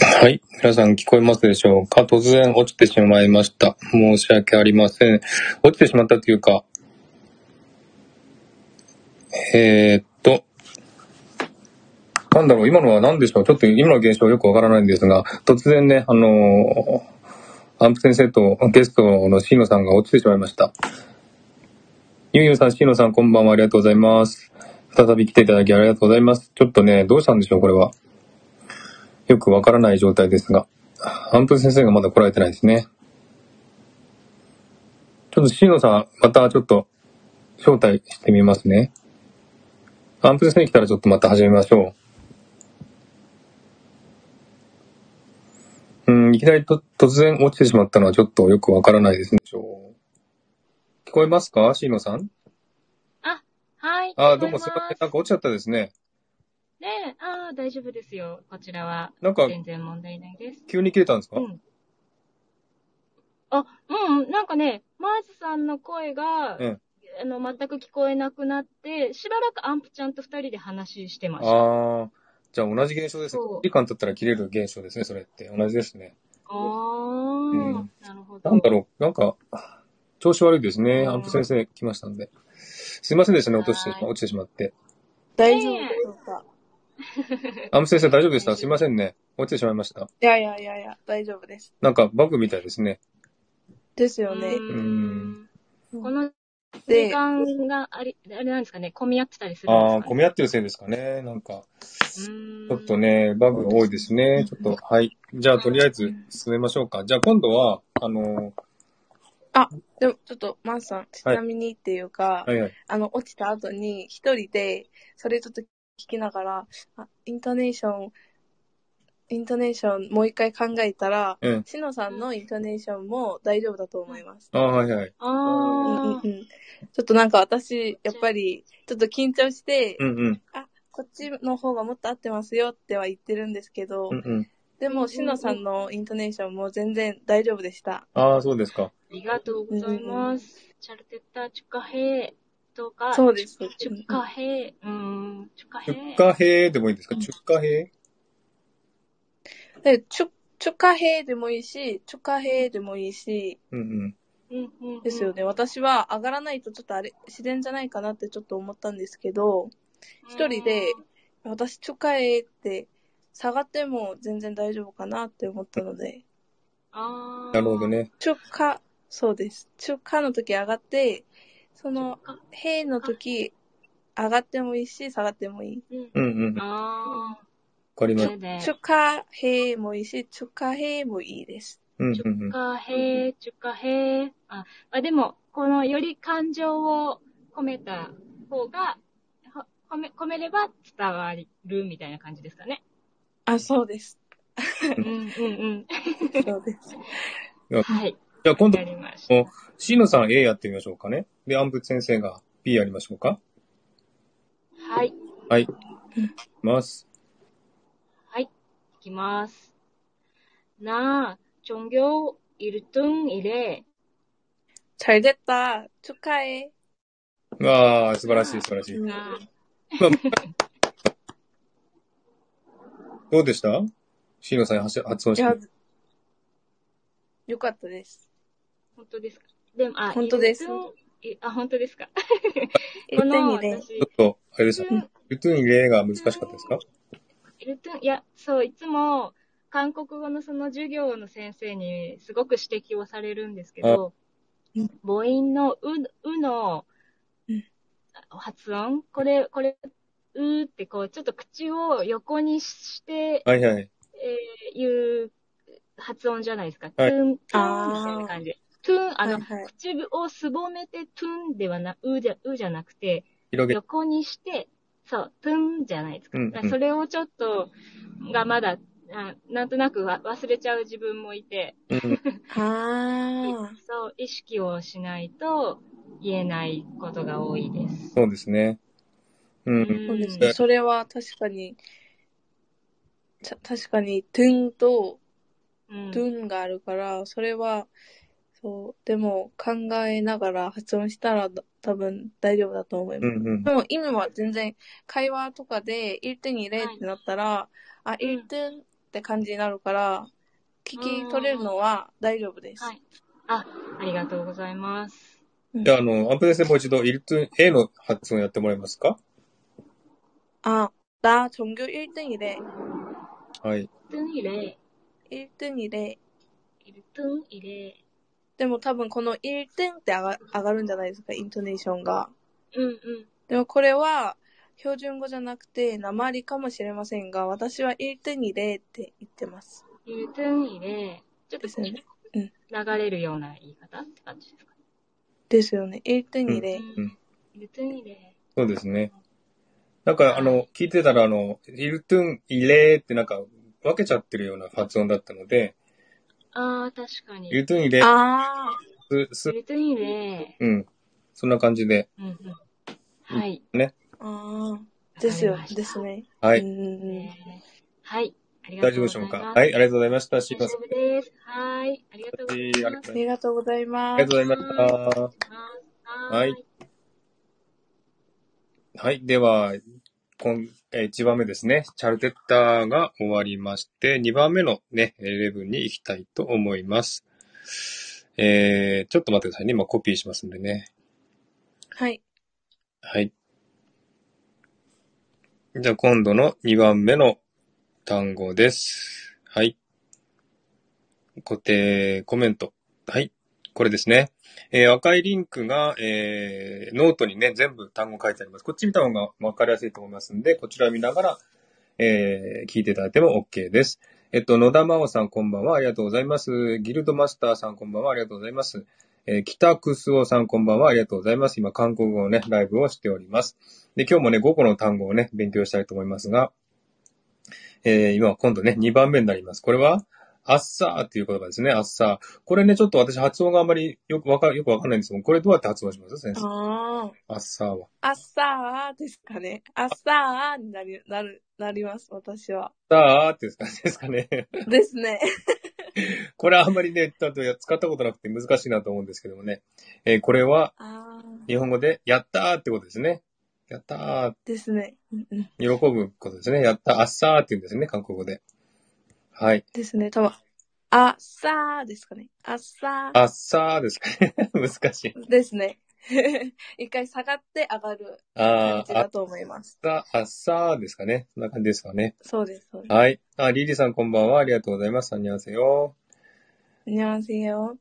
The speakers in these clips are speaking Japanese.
はい。皆さん聞こえますでしょうか突然落ちてしまいました。申し訳ありません。落ちてしまったというか、えー、っと、なんだろう、今のは何でしょうちょっと今の現象よくわからないんですが、突然ね、あのーアンプ先生とゲストのシーノさんが落ちてしまいました。ゆうゆうさん、シーノさん、こんばんは。ありがとうございます。再び来ていただきありがとうございます。ちょっとね、どうしたんでしょうこれは。よくわからない状態ですが。アンプ先生がまだ来られてないですね。ちょっとシーノさん、またちょっと、招待してみますね。アンプ先生来たらちょっとまた始めましょう。うん、いきなりと突然落ちてしまったのはちょっとよくわからないですね。聞こえますかシーノさんはい。あー、ど聞うこえもすいませんす。なんか落ちちゃったですね。ねえ、ああ、大丈夫ですよ。こちらは。なんか全然問題ないです。急に切れたんですか、うん。あ、うんうん、なんかね、マーズさんの声が、うんあの、全く聞こえなくなって、しばらくアンプちゃんと二人で話してました。ああ、じゃあ同じ現象ですね。そう時間経ったら切れる現象ですね、それって。同じですね。あー、うんなるほど。なんだろう、なんか、調子悪いですね。うんアンプ先生来ましたんで。すいませんでしたね、落としてしはま、い落ちてしまって。大丈夫でしょうかアンプ先生大丈夫でし大丈た夫すいませんね。落ちてしまいました。いやいやいやいや、大丈夫です。なんかバグみたいですね。ですよね。うんこの時で、間があり、あれなんですかね、混み合ってたりするんああ、ですか混ね。み合ってるせいですかね。なんか、ちちょっと。ね、バグが多いですね。ちょっと、はい。じゃあ、とりあえず進めましょうか。じゃあ、今度は、あのでもちょっと、マンさん、ちなみにっていうか、ーはいはい。あの、落ちた後に一人で、それちょっと聞きながら、あイントネーション、イントネーションもう一回考えたら、うん。しのさんのイントネーションも大丈夫だと思います。ああ、はいはい。あうんうんうん。あち、ょっとなんか私、やっぱり、ちょっと緊張して、うんうん。こっちの方がもっと合ってますよっては言ってるんですけど、うんうん。でうんうんうも、んしのさんのイントネーションも全然大丈夫でした。ああ、そうですか。ありがとうございます。チャルテッタ、チュカヘイとか、そうです。チュカヘイ、うーん、チュカヘ出イ。荷兵でもいいですかうん出荷兵で、ちゅ、ちゅかへーでもいいし、ちゅかへーでもいいし、うんうん。うんうんうんですよね。。私は上がらないとちょっとあれ、自然じゃないかなってちょっと思ったんですけど、一人で私ちゅかへーって下がっても全然大丈夫かなって思ったので、あーなるほど。ね。ちゅか、そうです。ちゅかの時上がって、その、へーの時上がってもいいし、下がってもいい。うんうんうん。わあかりー、まそしれで、ちチゅかへーもいいし、ちゅかへーもいいです。うんうんうュん。カヘイ、チュカヘイ。あ、まあ、でも、このより感情を込めた方が、ほ込め、込めれば伝わるみたいな感じですかね。あ、そうです。うんうんそうです。うん。はい。じゃあ今度や、りました。シーノさん A やってみましょうかね。で、アンプ先生が B やりましょうか。はい。はい。ます。はい、いきます。なあ、ちょんぎょう、いるとんいれ。 잘 됐다. 축하해.うわあ、素晴らしい、素晴らしい。などうでしたシーノさん発発音いしやて。、よかったです。本当ですか。でも、あ、本当ですいるとんいあ、本当ですか。えこ手のにね、私、ちょっと、あれでしたうねん。ルトゥーン例が難しかったですかいるとん、いや、そう、いつも、韓国語のその授業の先生にすごく指摘をされるんですけどうん、母音のう、うのうん発音これ、これ、うーってこう、ちょっと口を横にしてはいはい。えーいう発音じゃないですか。トはゥいン、トゥンみあーたいな感じ。トゥン、あの、はいはい口をすぼめてトゥンではな、うじゃ、うじゃなくて、広げて。横にして、そう、トゥンじゃないですか。うんうんだからそれをちょっと、がまだ、あなんとなくわ忘れちゃう自分もいて、うんあそう、意識をしないと言えないことが多いです。そうですね。う。うんあ。そうですうね。んそれは確かに、た確かに、トゥンとうんトゥンがあるから、それは、そう、でも考えながら発音したらだ多分大丈夫だと思いますう。んうんで。も意味は全然、会話とかで、1.2ってなったら、あ、1.2って感じになるから、聞き取れるのは大丈夫です。はい。あ、ありがとうございます。じゃあ、あの、アンプ先生もう一度、一通 A の発音やってもらえますかあ、나 전교 1등이래.はい。トゥンイレ、 1등이래.イルトゥンイレ。でも多分この1등 って上が上がるんじゃないですか、イントネーションが。うんうん。でもこれは標準語じゃなくて鉛かもしれませんが、私は1.20って言ってます。イルトゥンイレ。ちょっとですよね。流れるような言い方って感じですかね。ですよね。う1.20。ん。イルトゥンイレ。そうですね。なんか、あの、聞いてたら、あの、イルトゥン、イレーってなんか、分けちゃってるような発音だったので、ああ、確かに。イイルトゥン、イレー、ああ、ス、ス、ルトゥンイレ。うん。そんな感じで、うんうん。はい。ね。ああ、ですよわかりま、したですね。はうい。んうんうんねはい。ありが大と丈う夫ごでしょうざいます。か。はい、ありがとうございました。シー大パン丈さん。夫です。はい。ありがとうございありがまとうごす。あざいりがとうございあまりすが。とうございました。ははい。はい。では、今、えー、1番目ですね。チャルテッターが終わりまして、2番目のね、えーレブンに行きたいと思います。えー、ちょっと待ってくださいね。今コピーしますんでね。はい。はい。じゃあ今度の2番目の単語です。はい。固定コメント。はい。これですね。えー赤いリンクが、えーノートにね、全部単語書いてあります。こっち見た方がわかりやすいと思いますんで、こちら見ながら、えー聞いていただいても OK です。えっと、野田真央さんこんばんは、ありがとうございます。ギルドマスターさんこんばんは、ありがとうございます。えー北くすおさんこんばんは、ありがとうございます。今、韓国語のね、ライブをしております。で、今日もね、5個の単語をね、勉強したいと思いますが、えー今、今度ね、2番目になります。これは、アッサーっていう言葉ですね、アッサー。これね、ちょっと私発音があまりよくわか、よくわかんないんですけど、これどうやって発音します先生。あアッサーは。あ、朝ですかね。朝になり、なる、なります、私は。アッサーっていう感じですか ね。ですね。これはあんまりね、ちゃんと使ったことなくて難しいなと思うんですけどもね。えーこれはああ、日本語で、やったーってことですね。やったー、ですね。うんうん喜ぶことですね。やったー、あっさーって言うんですね、韓国語で。はい。ですね。多分、朝ですかね。朝あっさーです かね。難しい。ですね。 一回下がって上がる感あじー、あっだと思います。さー、あっさーですかね。そんな感じですかね。そうです、そうです。はい。あ、リリーさんこんばんは。ありがとうございます。こんにちは。 안녕하세요。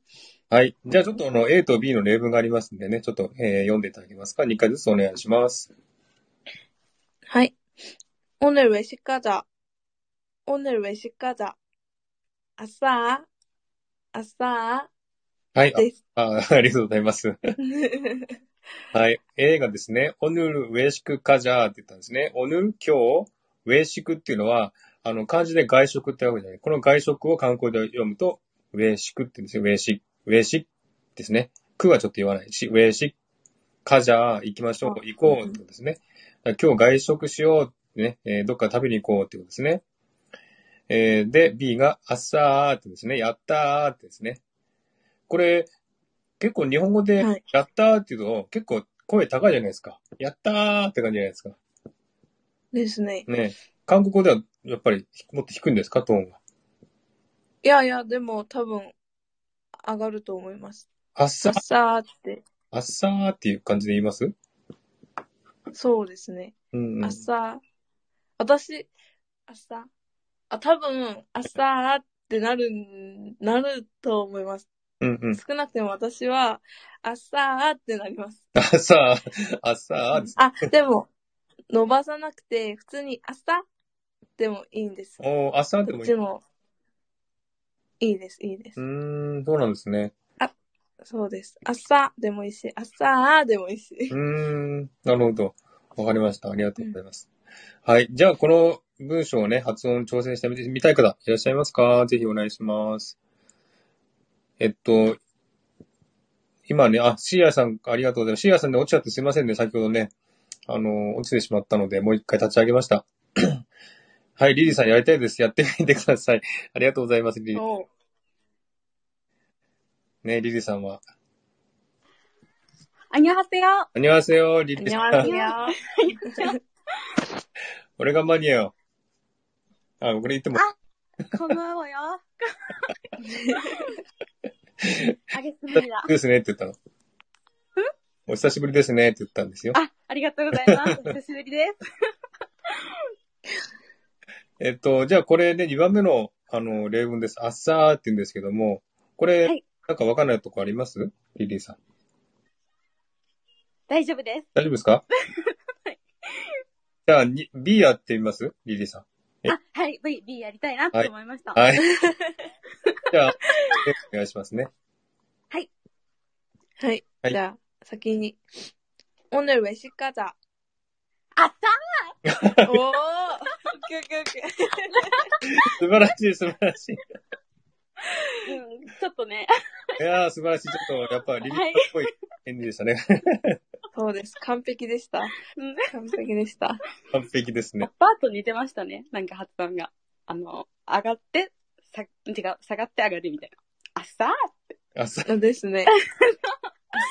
はい。じゃあちょっとあの、A と B の例文がありますんでね、ちょっと、えー読んでいただけますか。2回ずつお願いします。はい。오늘외식가자오늘외식가자아싸아싸 はい。ですあ、あありがとうございます。はい。A がですね、おぬる、ウェシク、カジャーって言ったんですね。おぬる、今日、ウェシクっていうのは、あの、漢字で外食ってわけじゃない。この外食を韓国で読むと、ウェシクって言うんですよ。ウェシ、ウェシですね。クはちょっと言わないし、ウェシ、カジャー、行きましょう、行こうってことですね。だから今日外食しよう、ね、えーどっか食べに行こうってことですね。えーで、B が、あっさーってですね。やったーってですね。これ、結構日本語ではい、やったーって言うと、結構声高いじゃないですか。やったーって感じじゃないですか。 ですね。ねえ韓国語ではやっぱりもっと低いんですか、トーンが。いやいや、でも多分上がると思います。あっさあー、さって、あっさーっていう感じで言いますそうですね。うんうあん。さ私、あさあ、多分、あさってなる、なると思います。うんうん。少なくても私は、あさーってなります。あっさー、あっさーです。あ、でも、伸ばさなくて、普通にあさでもいいんです。おー、あっさーでどっもいい。ちうもいいです、いいでーす。ん、そうなんですね。あ、そうです。あさでもいいし、あさーでもいいうし。ーん、なるほど。わかりました。ありがとううごんざいます。はい。じゃあ、この文章をね、発音挑戦してみてみたい方、いらっしゃいますかぜひお願いします。えっと、今ね、あ、シーアさん、ありがとうございます。シーアさんで落ちちゃってすいませんね。先ほどね、あの、落ちてしまったので、もう一回立ち上げました。 はい、リリーさんやりたいです。やってみてください。ありがとうございます、リリー。おうね、リリーさんは。 안녕하세요。こんにちは、リこリんーにちさん。は。俺がマニアよ。あ、これ言っても、あ、こんばん はよ。あげすお久しぎぶだ。りですねって言ったの。お久しぶりですねって言ったんですよ。あ、ありがとうございます。お久しぶりです。えっと、じゃあこれね、2番目の、あの、例文です。あっさーって言うんですけども、これ、はいなんかわかんないとこありますリリーさん。大丈夫です。大丈夫ですか はいじゃあ、に B やってみますリリーさん。えあ、はい、V、B やりたいなって思いました。 はい。じゃあ、えお願いしますね。はい。はいじゃあ、先に。오늘외식가자。あっおー 오케이, 오케이, 오케이.素晴らしい、素晴らしい。たうん、ちょっとね。いやー、素晴らしい。ちょっと、やっぱ、リリーさんっぽい演技でしたね。そうです。完璧でした。うん完璧でした。完璧ですアッね。パーと似てましたね。なんか発音が。あの、上がって、さ、違う、下がって上がるみたいな。あっさーあっさあですね。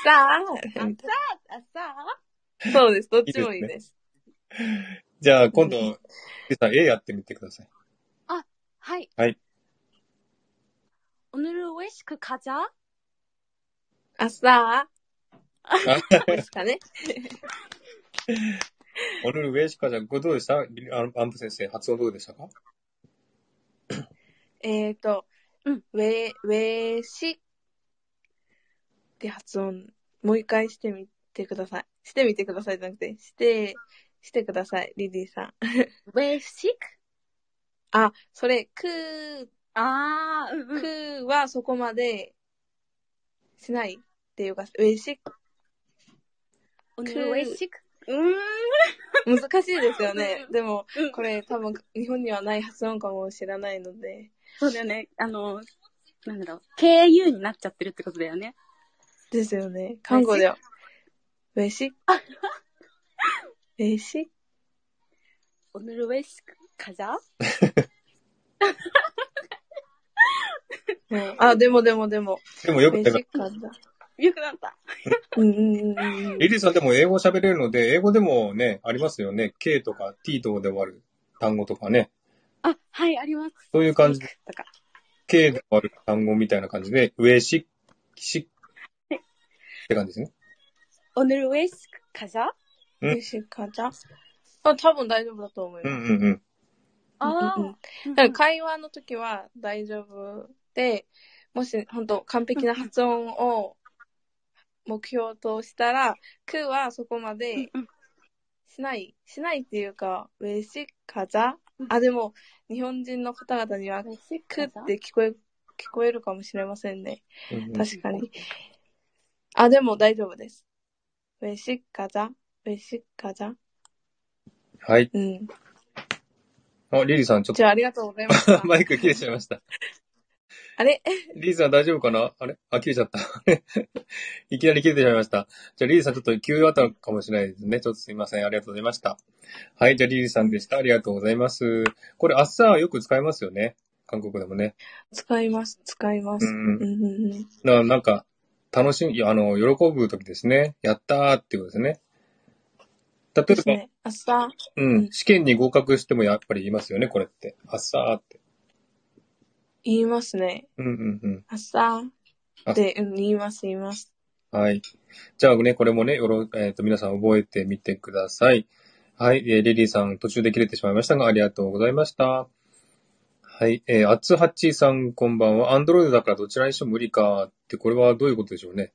さああっあっさそうです。どっちもいいいいです。じゃあ、今度、リリーさん A やってみてください。はい。はい。 오늘은외식가자 あさああですかね。オルルウェイシカじゃん、これどうでしたリリアンアンプ先生、発音どうでしたかえっと、うん。ウェシって発音、もう一回してみてください。してみてくださいじゃなくて、して、してください、リリーさん。 외식 あ、それ、くー、あー、うんくうーん。はそこまでしないっていうか、ウェ シ 오늘 그- 은외식うーん。難しいですよねう。んでもうん、これ多分日本にはない発音かも知らないので。そうだよね。あの、なんだろう。KU になっちゃってるってことだよね。ですよね。韓国では。ウェシウェシ 오늘은외식가자 あ、でもでもでも。でもよウくェて、シカだ。よくなった。うんうんうんうん。リリーさんでも英語喋れるので、英語でもね、ありますよね。K とか T とかで終わる単語とかね。あ、はい、あります。そういう感じで、とか。 K で終わる単語みたいな感じで、ウェイシシって感じですね。 오늘은외식가자 うんウェシカだ。あ、多分大丈夫だと思いうます。んうんうん。あうんうんうんだー。から会話の時は大丈夫で、もし本当完璧な発音を目標としたら、くはそこまでうんうんしない、しないっていうか、ウェシカザあ、でも日本人の方々には、 외식 く 가 っ 자 て聞こえ、聞こえるかもしれませんね。うんうん確かに。あ、でも大丈夫です。ウェシカザウェシカザはい。うん。あ、リリーさん、ちょっじゃあありがとうございましたと。マイク切れちゃい ました。あれリリーさん大丈夫かなあれあ、切れちゃった。 いきなり切れてしまいました。じゃあ、リリーさんちょっと急用あったのかもしれないですね。ちょっとすいません。ありがとうございました。はい、じゃあ、リリーさんでした。ありがとうございます。これ、朝はよく使いますよね。韓国でもね。使います、使いまうす。んう。んうんうん。ななんか、楽しみ、いやあの、喜ぶ時ですね。やったーっていうことですね。例えですば、ね。朝、ううんん、試験に合格してもやっぱり言いますよね、これって。朝ーって。言いますね。うんうんうん。朝って、うん、言います、言います。はい。じゃあね、これもね、よろ、えっ、と、皆さん覚えてみてください。はい。えーリリーさん、途中で切れてしまいましたが、ありがとうございました。はい。えー、あつはっちーさん、こんばんは。アンドロイドだからどちらにしても無理か。って、これはどういうことでしょうね。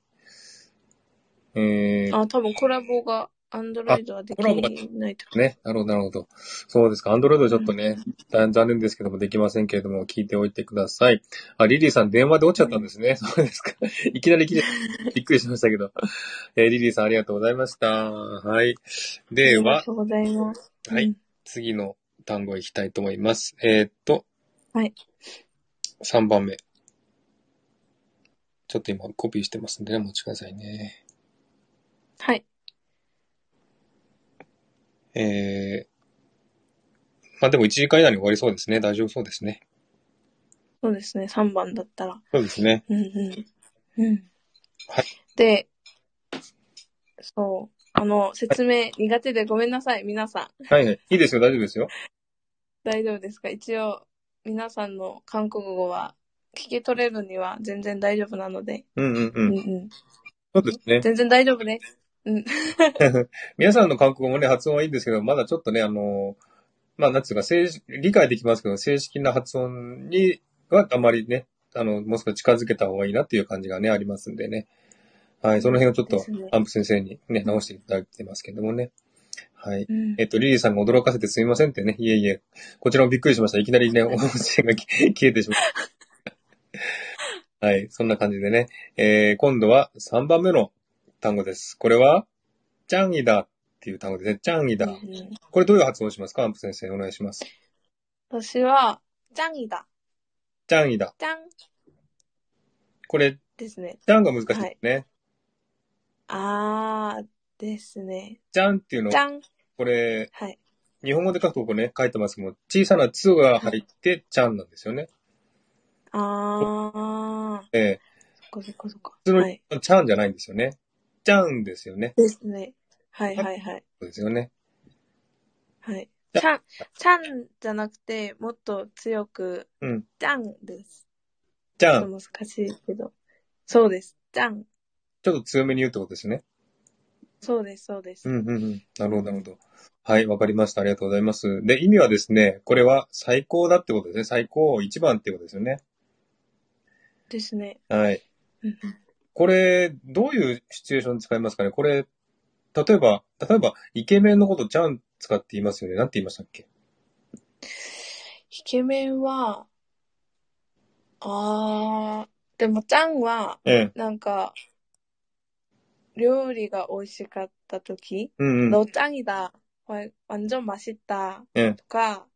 えー、あ、多分コラボが、アンドロイドはできないとか。ね。なるほど、なるほど。そうですか。アンドロイドちょっとね、だ残念ですけども、できませんけれども、聞いておいてください。あ、リリーさん、電話で落ちちゃったんですね。そうですか。 いきなり切れ、びっくりしましたけど。えーリリーさん、ありがとうございました。はい。でありがは、とうございます。はういん。。次の単語いきたいと思います。えーっと、はい。 3番目。ちょっと今、コピーしてますんでね、お待ちくださいね。はい。えー、まあでも1時間以内に終わりそうですね。大丈夫そうですね。そうですね。3番だったら。そうですね。うんうん。うん。はい。で、そう。あの、説明苦手でごめんなさい、皆さん。はいはい。いいですよ、大丈夫ですよ。大丈夫ですか一応、皆さんの韓国語は聞き取れるには全然大丈夫なので、うんうんううんん。うん、そうですね。全然大丈夫です。皆さんの韓国語もね、発音はいいんですけど、まだちょっとね、あの、まあ、なんつうか、正式、理解できますけど、正式な発音にはあまりね、あの、もう少し近づけた方がいいなっていう感じがね、ありますんでね。はい、その辺をちょっとですね、アンプ先生にね、直していただいてますけどもね。はい。うんえっと、リリーさんが驚かせてすみませんってね、いえいえ、こちらもびっくりしました。いきなり ね、音声が消 消えてしまった。はい、そんな感じでね。えー、今度は3番目の単語です。これは、チャンギダっていう単語ですね。チャンギうダ。ん、これどういう発音しますかアンプ先生、お願いします。私は、ジャンイだ。チャンギダ。ジャンこれ、ですね。ジャンが難しいですね。あーですね。ジャンっていうのジ、ャン。これ、はい。日本語で書くとこね、書いてますけども、小さなつが入って、チャンなんですよね。あー、ええそっかそっかそっか。普通のはい。チャンじゃないんですよね。チャンですよね。ですね。はいはいはい。そうですよね。はい。じゃちゃん、ちゃんじゃなくて、もっと強く、うん。じゃんです。チちャょン。っと難しいけど。そうです。じゃん。ちょっと強めに言うってことですね。そうです、そうですう。んうんうん。なるほど、なるほど。はい、わかりました。ありがとうございます。で、意味はですね、これは最高だってことですね。最高一番ってことですよね。ですね。はい。うんこれ、どういうシチュエーション使いますかねこれ、例えば、例えば、イケメンのことチャン使って言いますよね。なんて言いましたっけイケメンは、あー、でもちゃんは、ええ。なんか、料理が美味しかった時、うんうん。 너짱이다、わ완전맛있다 ええ。とか、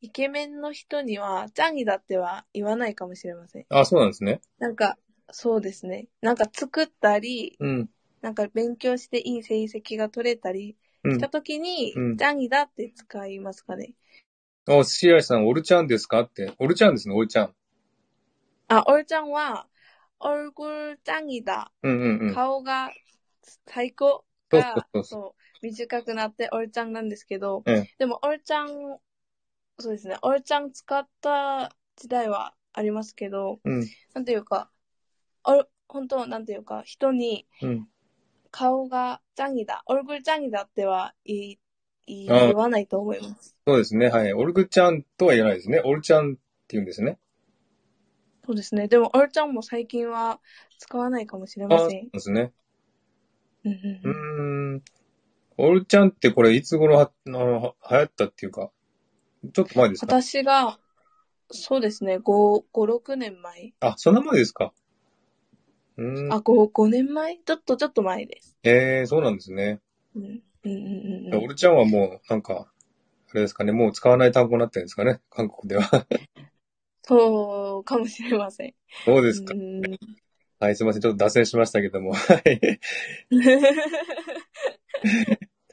イケメンの人には、ちゃんいだっては言わないかもしれません。あ、そうなんですね。なんか、そうですね。なんか作ったり、うん。なんか勉強していい成績が取れたりうしんた。時にうん、ジャニだって使いますかね。お、シアイさん、オルチャンですかって。オルチャンですね、オルチャン。あ、オルちゃんは、オルグルジャニだ。うんうんうん。顔が最高そうが、そうそう。そう、短くなってオルちゃんなんですけど、ええ。でもオルちゃん、そうですね、オルちゃん使った時代はありますけど、うん。なんていうか、オル、本当なんていうか、人に、うん。顔がジャニだ、オルグルジャニだっては言い言いあー言わないと思います。そうですね。はい。オルグちゃんとは言えないですね。オルちゃんって言うんですね。そうですね。でも、オルちゃんも最近は使わないかもしれあまそうせん。ですね。うんううんうーんん。オルちゃんってこれいつ頃は、あの、は流行ったっていうか、ちょっと前ですか私が、そうですね、5、5、6年前。あ、そんな前ですかうーんあ、。5、5年前ちょっとちょっと前です。えー、そうなんですね。うん、うんうんうんうオん。ルちゃんはもう、なんか、あれですかね、もう使わない単語になってるんですかね、韓国では。 そうかもしれません。そうでうすか。ん うんうんはい、すいません。ちょっと脱線しましたけども。 はい。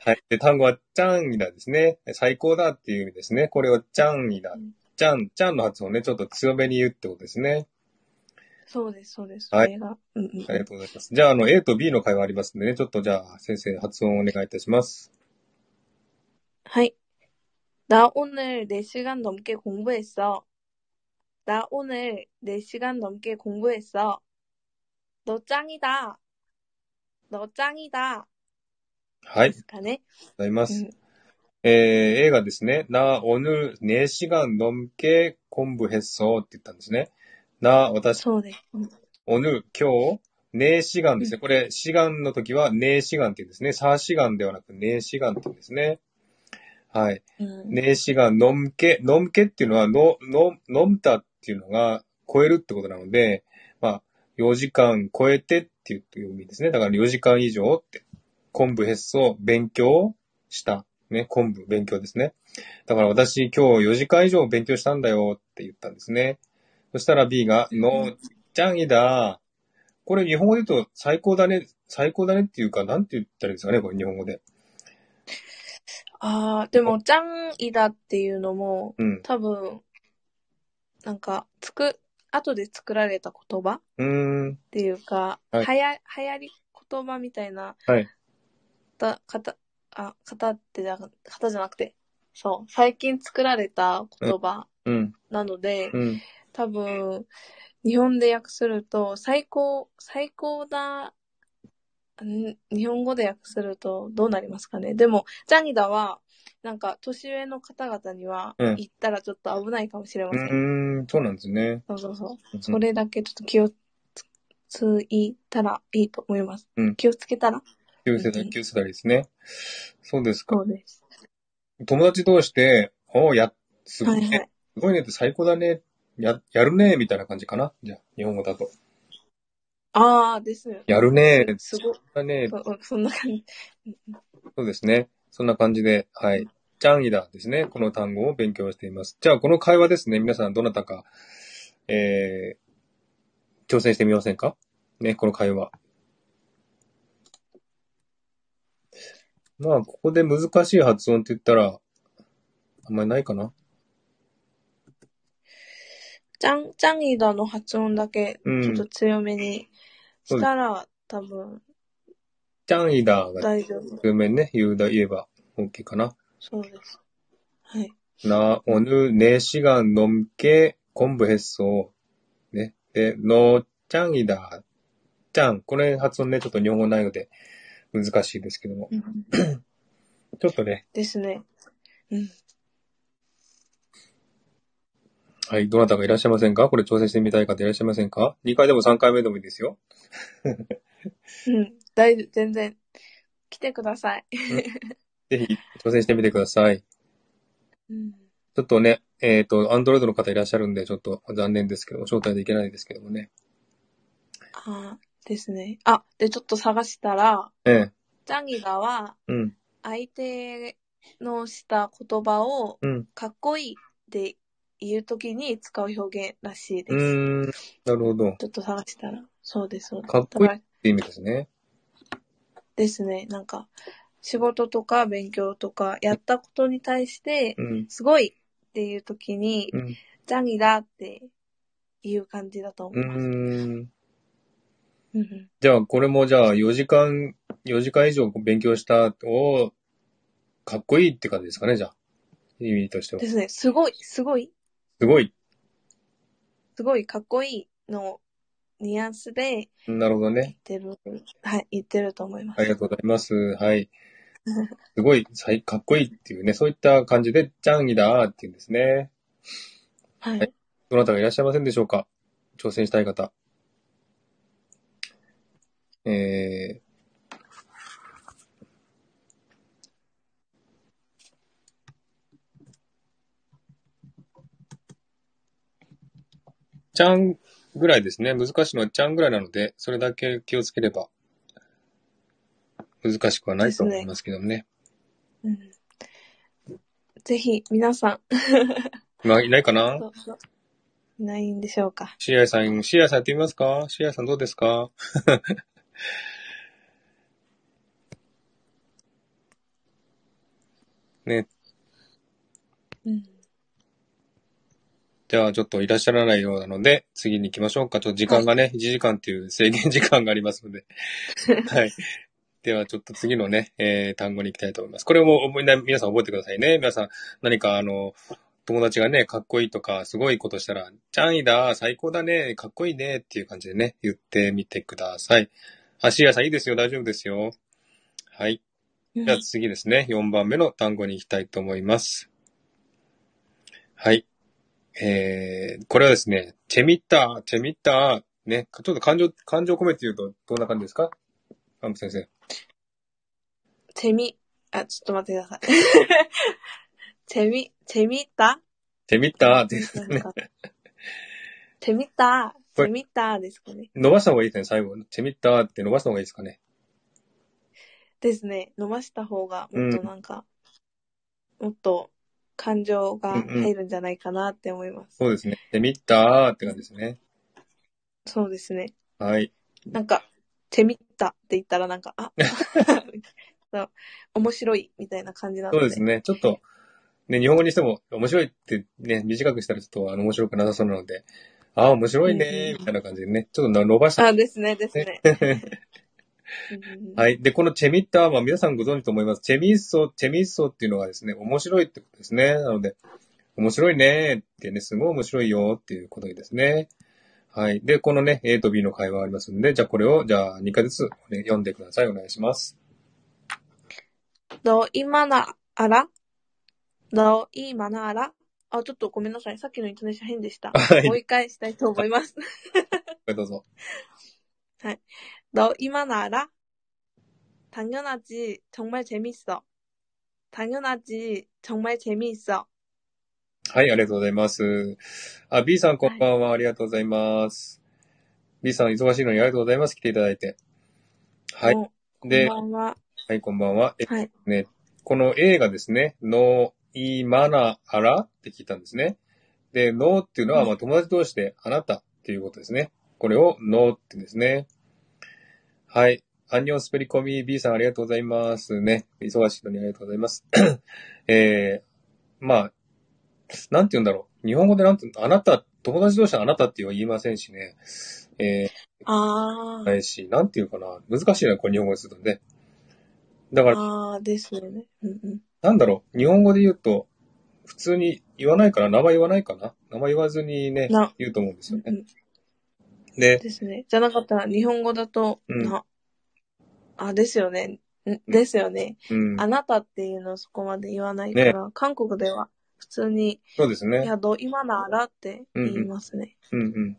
はい。で、単語は、チャンイダですね。最高だっていう意味ですね。これを、チャンイダうん。チャン、チャンの発音ね、ちょっと強めに言うってことですね。そうです、そうです。そはいれが。うんうんあうりんがとうございます。じゃあ、あの、A と B の会話ありますんでね、ちょっとじゃあ、先生、発音をお願いいたします。はい。나 오늘 4시간 넘게 공부했어. 나 오늘 4시간 넘게 공부했어. 너 짱이다. 너 짱이다.はい、ありでがとすかね。うございまうす。ん。えー、A がですね、な、おぬ、ねしがんのんけ、こんぶへっそって言ったんですね。な、私、そうです。うんおぬ、今日、ねしがんですね。うこれ、しがんの時は、ねしがんって言うんですね。さしがんではなく、ねしがんって言うんですね。はい。うん。名詞がのんけ、のんけっていうのは、の、の、のんたっていうのが超えるってことなので、まあ、4時間超えてっていう意味ですね。だから4時間以上って。昆布へっそ、勉強した。ね、昆布、勉強ですね。だから私今日4時間以上勉強したんだよって言ったんですね。そしたら B が、の、ちゃんいだ。これ日本語で言うと最高だね、最高だねっていうか、なんて言ったらいいですかね、これ日本語で。ああ、でも、ちゃんいだっていうのも、うん。多分、なんか、つく、後で作られた言葉っうーん。ていうか、はいはや、流行り言葉みたいな、はい。た、かた、あ、方ってじゃ、方じゃなくて、そう、最近作られた言葉うん、なので、うん、多分、日本で訳すると、最高、最高だ、ん日本語で訳するとどうなりますかね。でも、ジャニダは、なんか、年上の方々には、うん行ったらちょっと危ないかもしれまうせん。ーん、そうなんですね。そうそうそう。うんそれだけちょっと気をつついたらいいと思います。うん気をつけたら旧世代、旧世代ですね。そうですか。そうです。友達同士で、おうや、すごはいいはね、すい。ごいねって最高だね、や、やるね、みたいな感じかな。じゃあ、日本語だと。ああ、ですよね。やるね、すごい。だね、そそんな感じ。そうですね。そんな感じで、はい。ジャンギだですね。この単語を勉強しています。じゃあ、この会話ですね。皆さん、どなたか、えー、挑戦してみませんかね、この会話。まあ、ここで難しい発音って言ったら、あんまりないかな。ジャン、ジャンイダの発音だけ、うんちょっと強めにそうでしすたら、多分、ジャンギだが、大丈夫。有名にね、言うだ、言えば、OK かな。そうです。はい。な、おぬ、ねしがんのんけ、こんぶへっそ。ね。で、の、ちゃんいだ。ちゃん。これ発音ね、ちょっと日本語ないので難しいですけども。ちょっとね、ですね。うん。はい、どなたかいらっしゃいませんかこれ挑戦してみたい方いらっしゃいませんか ?2 回でも3回目でもいいですよ。うん。大丈夫、全然。来てください。ぜひ挑戦してみてください。うん。ちょっとね、えっ、と、アンドロイドの方いらっしゃるんで、ちょっと残念ですけども、招待できないですけどもね。ああ、ですね。あ、で、ちょっと探したら、ええ、ジャンイダは、うん、相手のした言葉を、うん。かっこいいで言うときに使う表現らしいうです。ーん、なるほど。ちょっと探したら。そうです、そうです。かっこいいだっらて意味ですね。ですね、なんか、仕事とか勉強とか、やったことに対して、うん、すごいっていうときにう、ん。ジャニーだっていう感じだとう思います。ーん。うんうんじゃあ、これもじゃあ、4時間、4時間以上勉強したを、かっこいいって感じですかね、じゃあ。意味としてはで。すね、すごい、すごい、すごい。すごいかっこいいのニュアンスでなるほど言っね。てる、はい、言ってると思いまありす。がとうございます。 はい。すごい、さいかっこいいっていうね、そういった感じで、ジャンギだーっていうんですね。ははいい。どなたがいらっしゃいませんでしょうか挑戦したい方。えー、ちゃんぐらいですね。難しいのはちゃんぐらいなので、それだけ気をつければ、難しくはないと思いますけどもね。うん、ぜひ、皆さん、まあ、いないかなどうぞいないんでしょうか。シアイさん、シアイさんやってみますかシアイさんどうですかね、うんじゃあちょっといらっしゃらないようなので、次に行きましょうか。ちょっと時間がね、1時間っていう制限時間がありますので。はい。ではちょっと次のね、えー、単語に行きたいと思います。これも覚えな皆さん覚えてくださいね。皆さん、何かあの、友達がね、かっこいいとか、すごいことしたら、チャンイだ、最高だね、かっこいいね、っていう感じでね、言ってみてください。あ、シアイさんいいですよ、大丈夫ですよ。はい。うんじゃあ次ですね、4番目の単語に行きたいと思います。はい。えー、これはですね、チェミッター、チェミッター、ね、ちょっと感情、感情込めて言うとどんな感じですかアンプ先生。セミ、あ、ちょっと待ってください。 セミ、セミタチェミッターって、なんかセミタこれセミタですかね。伸ばした方がいいですね、最後。チェミッターって伸ばした方がいいですかね。ですね。伸ばした方が、もっとなんか、もっと感情が入るんじゃないかなって思います。そうですね。チェミッターって感じですね。そうですね。はい。なんか、セミタって言ったらなんか、あ、 そう面白いみたいな感じなそのうで。ですね。ちょっと、ね、日本語にしても面白いってね、短くしたらちょっとあの面白くなさそうなので、ああ、面白いうんうんねう、んみたいな感じでね、ちょっと伸ばしたあ、ですね、ですね。うん はい。で、このチェミッターは皆さんご存知と思います。チェミッソ、チェミッソっていうのがですね、面白いってことですね。なので、面白いねってね、すごい面白いよっていうことですね。はい。で、このね、A と B の会話がありますので、じゃあこれを、じゃあ2回ずつ、ね、読んでください。お願いします。の今なあらの今なあらあ、ちょっとごめんなさい。さっきのイントネーション変でした。はいもう一回したいと思います。はいどうぞ。 너 이만 알아? 당연하지. 정말 재밌어. 당연하지. 정말 재미있어.はい、ありがとうございます。あ、B さんこんばんは。ありがとうございます。B さん忙しいのにありがとうございます。来ていただいて。はい。 어,で、 고마워.はい、こんばんは。えっ 하이.とね、この A がですね、の、い、まな、あらって聞いたんですね。で、のっていうのは、うんまあ、友達同士で、あなたっていうことですね。これを、のってですね。はい。アンニョンスペリコミ B さんありがとうございますね。忙しいのにありがとうございます。 えー、まあ、なんて言うんだろう。日本語でなんて、あなた、友達同士のあなたっては言いませんしね。え 아,ー、ないし、なんて言うかな。難しいな、これ日本語にするとね。だから、 아, 됐어요. 응, 응.なんだろう、日本語で言うと、普通に言わないから、名前言わないかな名前言わずにね、な言うと思うんですよ 응,ね。 응.で、 됐어요.じゃなかったら, 일본어다と,うん。 나, 아,ですよね. 응,うん。ですよね.うん、ね、あなたっていうのをそこまで言わないから、韓国では普通に、いや、너 そうですね。今ならって言いますね。うんうんうん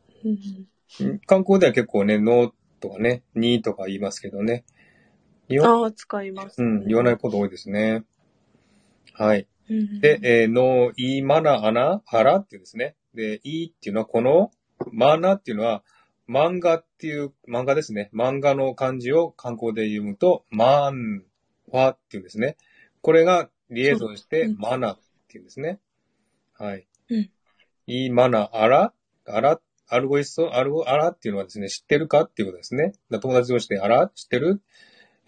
うん。観光では結構ね、のとかね、にとか言いますけどね。言わ,、ああ、使います。うん、言わないこと多いですね。はい。うんうんで、えーの、い、まな、あな、あらっていうですね。で、いっていうのは、この、まなっていうのは、漫画っていう、漫画ですね。漫画の漢字を漢光で読むと、まん、わっていうんですね。これがリエゾンしてそうう、んまなっていうんですね。はい。うんい、まな、あら、あら、アルゴイスト、アルゴ、あらっていうのはですね、知ってるかっていうことですね。だから友達同士で、あら、知ってる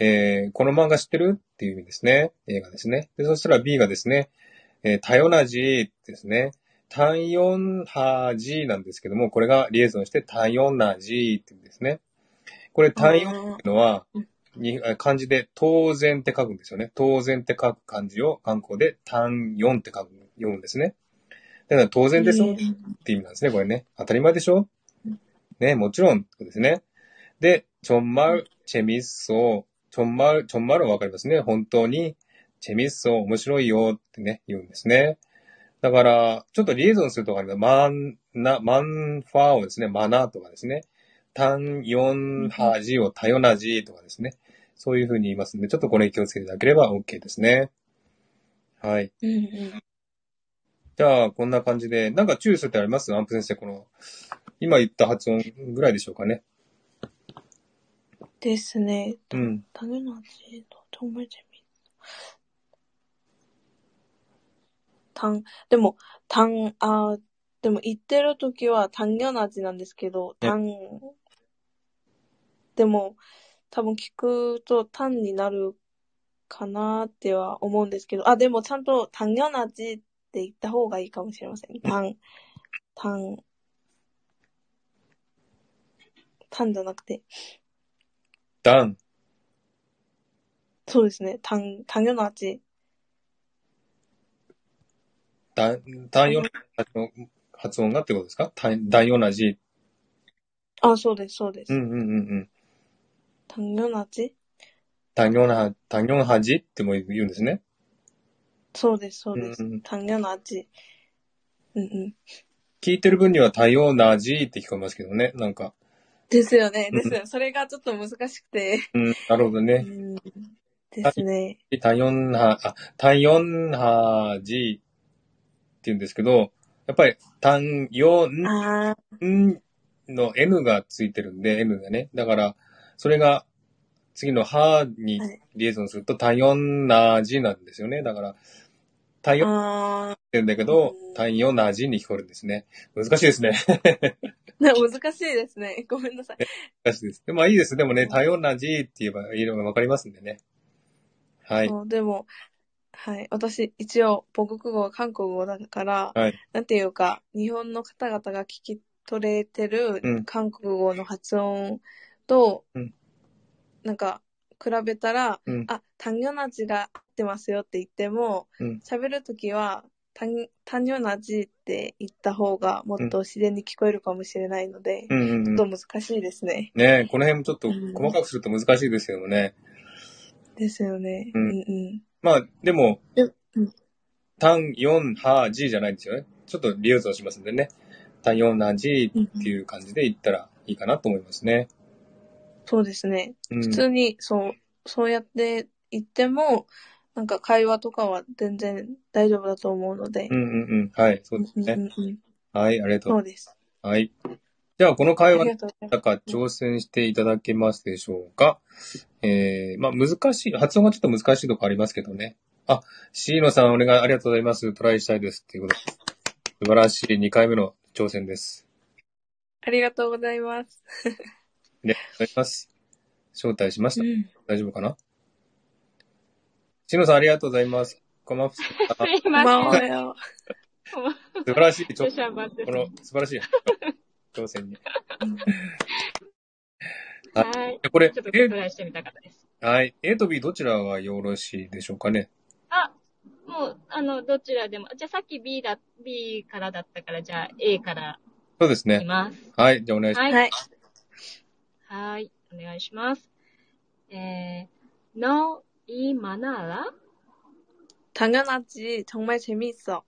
えーこの漫画知ってるっていう意味ですね。映画ですね。で、そしたら B がですね、えー、タヨナジーですね。タヨンハジーなんですけども、これがリエゾンしてタヨナジーって言うんですね。これタヨンっていうのは、にえー漢字で当然って書くんですよね。当然って書く漢字を漢光でタンヨンって書く、読むんですね。だから当然でしょって意味なんですね、これね。当たり前でしょね、もちろんってことですね。で、ちょんまる、チェミッソ、ちょんまる、ちょんまるはわかりますね。本当に、チェミッソ、面白いよってね、言うんですね。だから、ちょっとリエゾンするとわかります。マン、な、マンファーをですね、マナーとかですね。タン、ヨン、ハジをタヨナジとかですね。そういうふうに言いますので、ちょっとこれ気をつけていただければ OK ですね。はい。うんうんじゃあ、こんな感じで、なんか注意するってありますアンプ先生、この、今言った発音ぐらいでしょうかね。ですね。うたん。 당연하지. 너 정말 재밌어. 당,でも、당,あ、でも言ってる時は당연하지なんですけど、ね 당、でも、多分聞くと単になるかなっては思うんですけど、あ、でもちゃんと당연하지って言った方がいいかもしれません。당、당、単じゃなくて、ダン、そうですね。당、당연하지。ダン、ダンヨナ発音発音がってことですかダンダンヨナジ。あ、そうです、そうでうす。んうんうんうん。 당연하지 ダンヨナ、ダンヨナハジっても言うんですね。そうです、そううでんうす。ん、単純な味。うんうん。聞いてる分にはダンヨナジって聞こえますけどね。なんか。ですよね、うんですよね。それがちょっと難しくて。うん、なるほどうね。ん。ですね。ダンヨナ、あ、ダンヨナジって言うんですけど、やっぱりダンヨンあんの N がついてるんで、N がね。だから、それが次のハにはいリエゾンすると、タヨンナジなんですよね。だから、ター、ヨンっあて言うんだけどうん、タヨンナジに聞こえるんですね。難しいですね。ー、な難しいですね。ごめんなさい。難しいです。でもまあいいです。でもね、タヨンナジって言えばいいのがわかりますんでね。はい。そうでも、はい。私、一応、母国語は韓国語だから、はい。なんていうか、日本の方々が聞き取れてるうん。韓国語の発音と、うんなんか、比べたら、うん。あ、単語の字が合ってますよって言っても、うん。喋るときは、単単純な字って言った方がもっと自然に聞こえるかもしれないので、うんうんうんちょっと難しいですね。ねえ、この辺もちょっと細かくすると難しいですけどもね。ですよね。ううんんうん。まあ、でもでうん、単、四、は、じじゃないんですよね。ちょっとリユースをしますんでね。単、四、は、じっていう感じで言ったらいいかなと思いますね。そうですね。うん普。通に、そう、そうやって言っても、なんか会話とかは全然大丈夫だと思うのでう。んうんうん。はい、そうですうんうね。んうん。はい、ありがと。そううです。はい。じゃあ、この会あ話りがとうございます。だか挑戦していただけますでしょうか。えー、まあ、難しい、発音がちょっと難しいとこありますけどね。あ、シーノさんお願い、ありがとうございます。トライしたいです。っていうことで。素晴らしい2回目の挑戦です。ありがとうございます。ありがとうございます。招待しました。ん。大丈夫かなシーノさんありがとうございます。こ まふさんすいままあ、おは せん。よ素晴らしい挑 著戦。者ばってこの素晴らしい挑戦に。はい。これちょっと、えトライしてみたかったです。はい。A と B どちらがよろしいでしょうかね。あ、もう、あの、どちらでも。じゃあさっき B だ、B からだったから、じゃあ A からそうですいね。ます。はい。じゃあお願いしう。はい。はい。はい。お願いします。えー、너, 이 만화라? 당연하지. 정말 재미있어.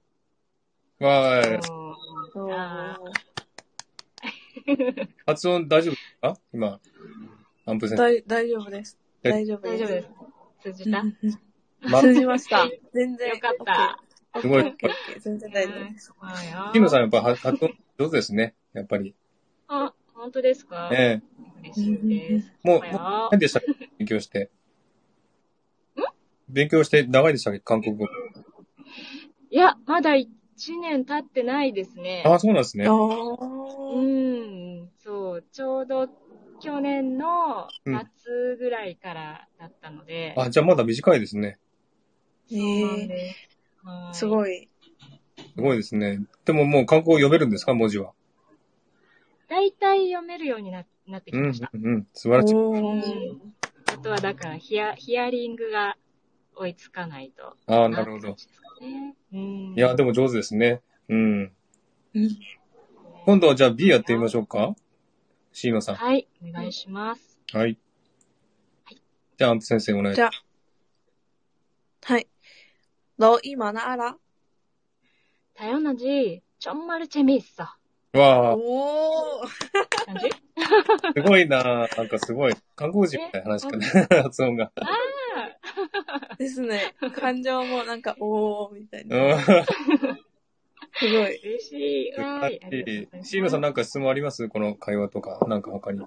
ます。はい。 어, 어, 아,発音大丈夫ですか今、アンプ先生。 다이, 다이조브です. 네. 다이조브.大丈夫です。通じたま、通じ ました。全然。よかった。オッすケごー。いオッケーオッケーオッケー全然大丈夫です。はい。キムさんやっぱ発発音上手ですね。やっぱり。あ、本当ですかええ嬉しいです。もう、はもう、よ何でしたっけ勉強 して。勉強して長いでしたっけ韓国語。いや、まだ1年経ってないですね。ああ、そうなんですね。うおー。ん、そう、ちょうど去年の夏ぐらいからだったので、あ、じゃあまだ短いですね。そうなんえです。はー、いすごい。すごいですね。でももう韓国語読めるんですか文字は。大体読めるようにななってうきん、うまんした。、うん。素晴らしい。うおー。ん。あとはだからヒア、ヒアリングが追いつかないとああ、ななっるほて感ど。じですかね。うん。いや、でも上手ですね。うん。うん今度はじゃあ B やってみましょうか。シーノさん。はい、お願いします。はい。じゃあ、アンプ先生お願いしじゃあ、はい。너이만화알아 다연하지정말재미있어 ます。わあ、おー。感じすごいななんかすごい。韓国人みたいな話かね。発音が。ですね。感情もなんか、おー、みたいうんな。。すごい。嬉しい。わーい。ありがとうございます。シーノさんなんか質問ありますこの会話とか、なんか他に。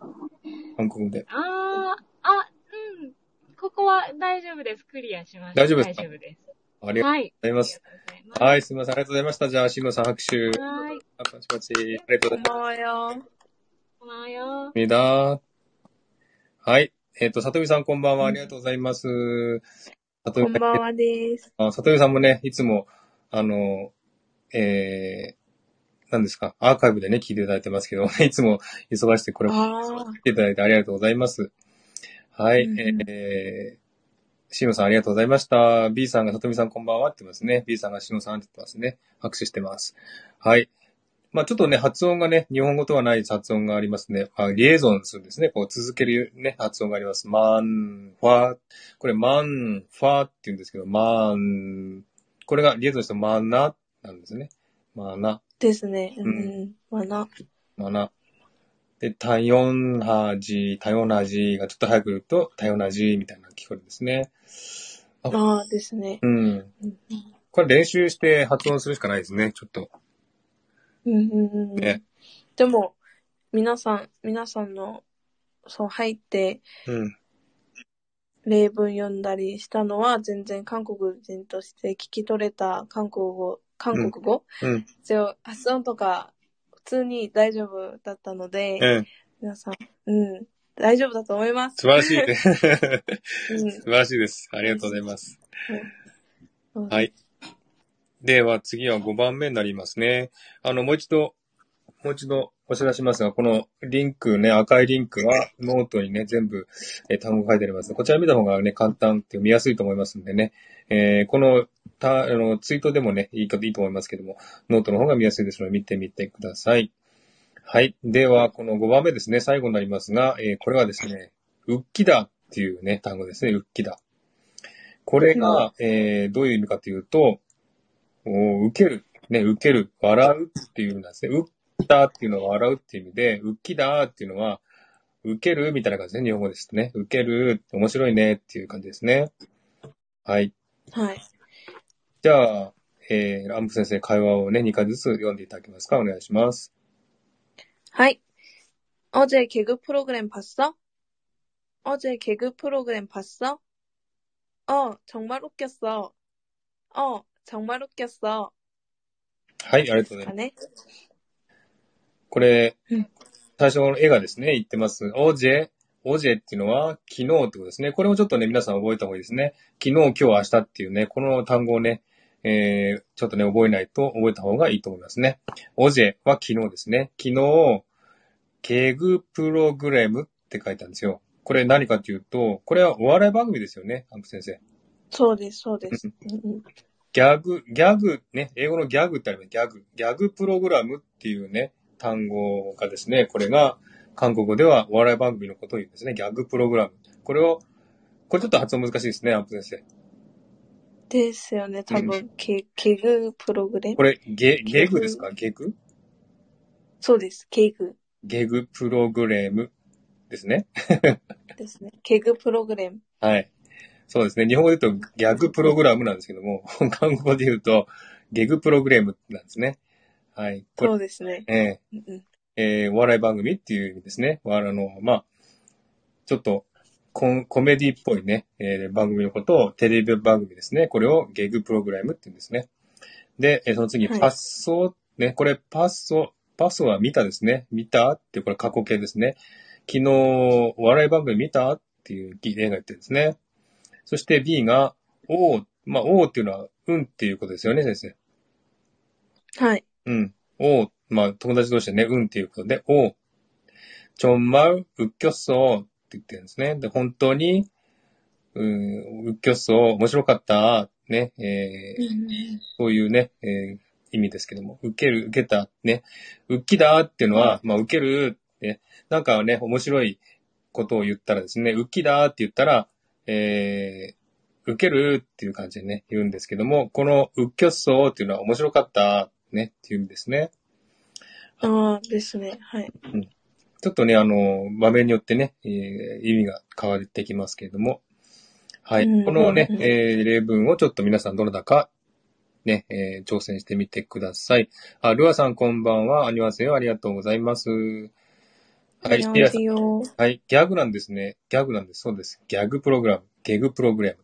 韓国語で。あー、あ、うん。ここは大丈夫です。クリアしました。大丈夫ですか大丈夫でありがとす。うはい。ございあまりす。がとうございます。はい、すみません。ありがとうございました。じゃあ、シーノさん拍手。はーい。あパチパチ。ありがとうござこんいばんはよ。こんばんはよ。ます。はい。えっ、と、さとみさんこんばんは。ありがとうございます。さとみこんばんはです。あさとみさんもね、いつも、あの、えー、何ですか、アーカイブでね、聞いていただいてますけど、 いつも忙しくてこれもあー。来ていただいてありがとうございます。はうい。んうんえー、しのさんありがとうございました。B さんがさとみさんこんばんはって言ってますね。B さんがしのさんって言ってますね。拍手してます。はい。まあちょっとね、発音がね、日本語とはない発音がありますね。まあ、リエゾンするんですね。こう続けるね、発音があります。マン、ファ、これマン、ファって言うんですけど、マン、これがリエゾンしたマナなんですね。マナ、ですね。うんううん。まな。マナ。で、タヨンハジ、タヨナジがちょっと早く言うと、タヨナジみたいな聞こえるんですね。ああーですね。うん。これ練習して発音するしかないですね、ちょっと。うんうんうんうねん。でも、皆さん、皆さんの、そう、入って、うん。例文読んだりしたのは、全然韓国人として聞き取れた韓国語、韓国語、うん。一応発音とか、普通に大丈夫だったので、うん。皆さん、うん、大丈夫だと思います。素晴らしい ね。素晴うん。らしいです。ありがとうございます。うん はい。では次は5番目になりますね。あの、もう一度、もう一度お知らせしますが、このリンクね、赤いリンクはノートにね、全部、えー単語が書いてあります。こちら見た方がね、簡単っていう見やすいと思いますんでね、えーこの、た、あの、ツイートでもね、いいかいいと思いますけども、ノートの方が見やすいですので、見てみてください。はい。では、この5番目ですね、最後になりますが、えーこれはですね、ウッキだっていうね、単語ですね、ウッキだ。これが、えーどういう意味かというと、お受ける、ね、受ける、笑うっていう意味なんですね。受ったっていうのは笑うっていう意味で、受きだっていうのは、受けるみたいな感じですね、日本語ですとね。受ける、面白いねっていう感じですね。はい。はい。じゃあ、えー、アンプ先生、会話をね、2回ずつ読んでいただけますかお願いします。 하이. 어제 개그 프로그램 봤어? 어제 개그 프로그램 봤어? 어, 정말 웃겼어. 어, 정말 웃겼어.はい、ありがとうございます。 가네?これうん、最初の絵がですね、言ってます。オジェ、オジェっていうのは昨日ってことですね。これをちょっとね、皆さん覚えた方がいいですね。昨日、今日、明日っていうね、この単語をね、えー、ちょっとね、覚えないと覚えた方がいいと思いますね。オジェは昨日ですね。昨日、ケグプログラムって書いたんですよ。これ何かというと、これはお笑い番組ですよね、アンプ先生。 소데스, 소데스. 음, 음.ギャグ、ギャグ、ね、英語のギャグってあればギャグ、ギャグプログラムっていうね、単語がですね、これが韓国語ではお笑い番組のことを言うんですね、ギャグプログラム。これを、これちょっと発音難しいですね、アップ先生。 됐어요, 네, 답은. 개, 개그 프로그램?これ、ゲ、ゲグですかゲグ 소데스, 개그.ゲグプログラムですね。 됐네. 개그 프로그램.はい。そうですね。日本語で言うとギャグプログラムなんですけども、韓国語で言うとゲグプログラムなんですね。はい。これ、 소데스네.ええ 음, 음.えーお笑い番組っていう意味ですね。わあの、まあ、ちょっとコン、コメディっぽいね、えー番組のことを、テレビ番組ですね。これをゲグプログラムって言うんですね。で、えーその次、はいパッソー、ね、これパッソー、パッソーは見たですね。見たって、これ過去形ですね。昨日、お笑い番組見たっていう例が言ってるんですね。そして B が、おう、まあ、おうっていうのは、うんっていうことですよね、先生。 하이.うん。おう、まあ、友達同士でね、うんっていうことで、おう、ちょんまう、うっきょっそうって言ってるんですね。で、本当に、うん、うっきょっそう、面白かった、ね、えー 음,そういうね、えー意味ですけども、受ける、受けた、ね、うっきだっていうのは、まあ、受ける、ね、なんかね、面白いことを言ったらですね、うっきだって言ったら、えー、受けるっていう感じでね、言うんですけども、このうっきょっそうっていうのは面白かった、ね、っていう意味ですね。 음. 아, 됐네. 하이.ちょっとね、あの、場面によってね、えー意味が変わってきますけれども、はい。うんこのね、うんうんえー例文をちょっと皆さんどなたか、ね、えー挑戦してみてください。あ、ルアさんこんばんは。アニュアセよ。ありがとうございます。はい、リアさん。 안녕하세요.はい、ギャグなんですね。ギャグなんです。そうです。ギャグプログラム。ゲグプログラム。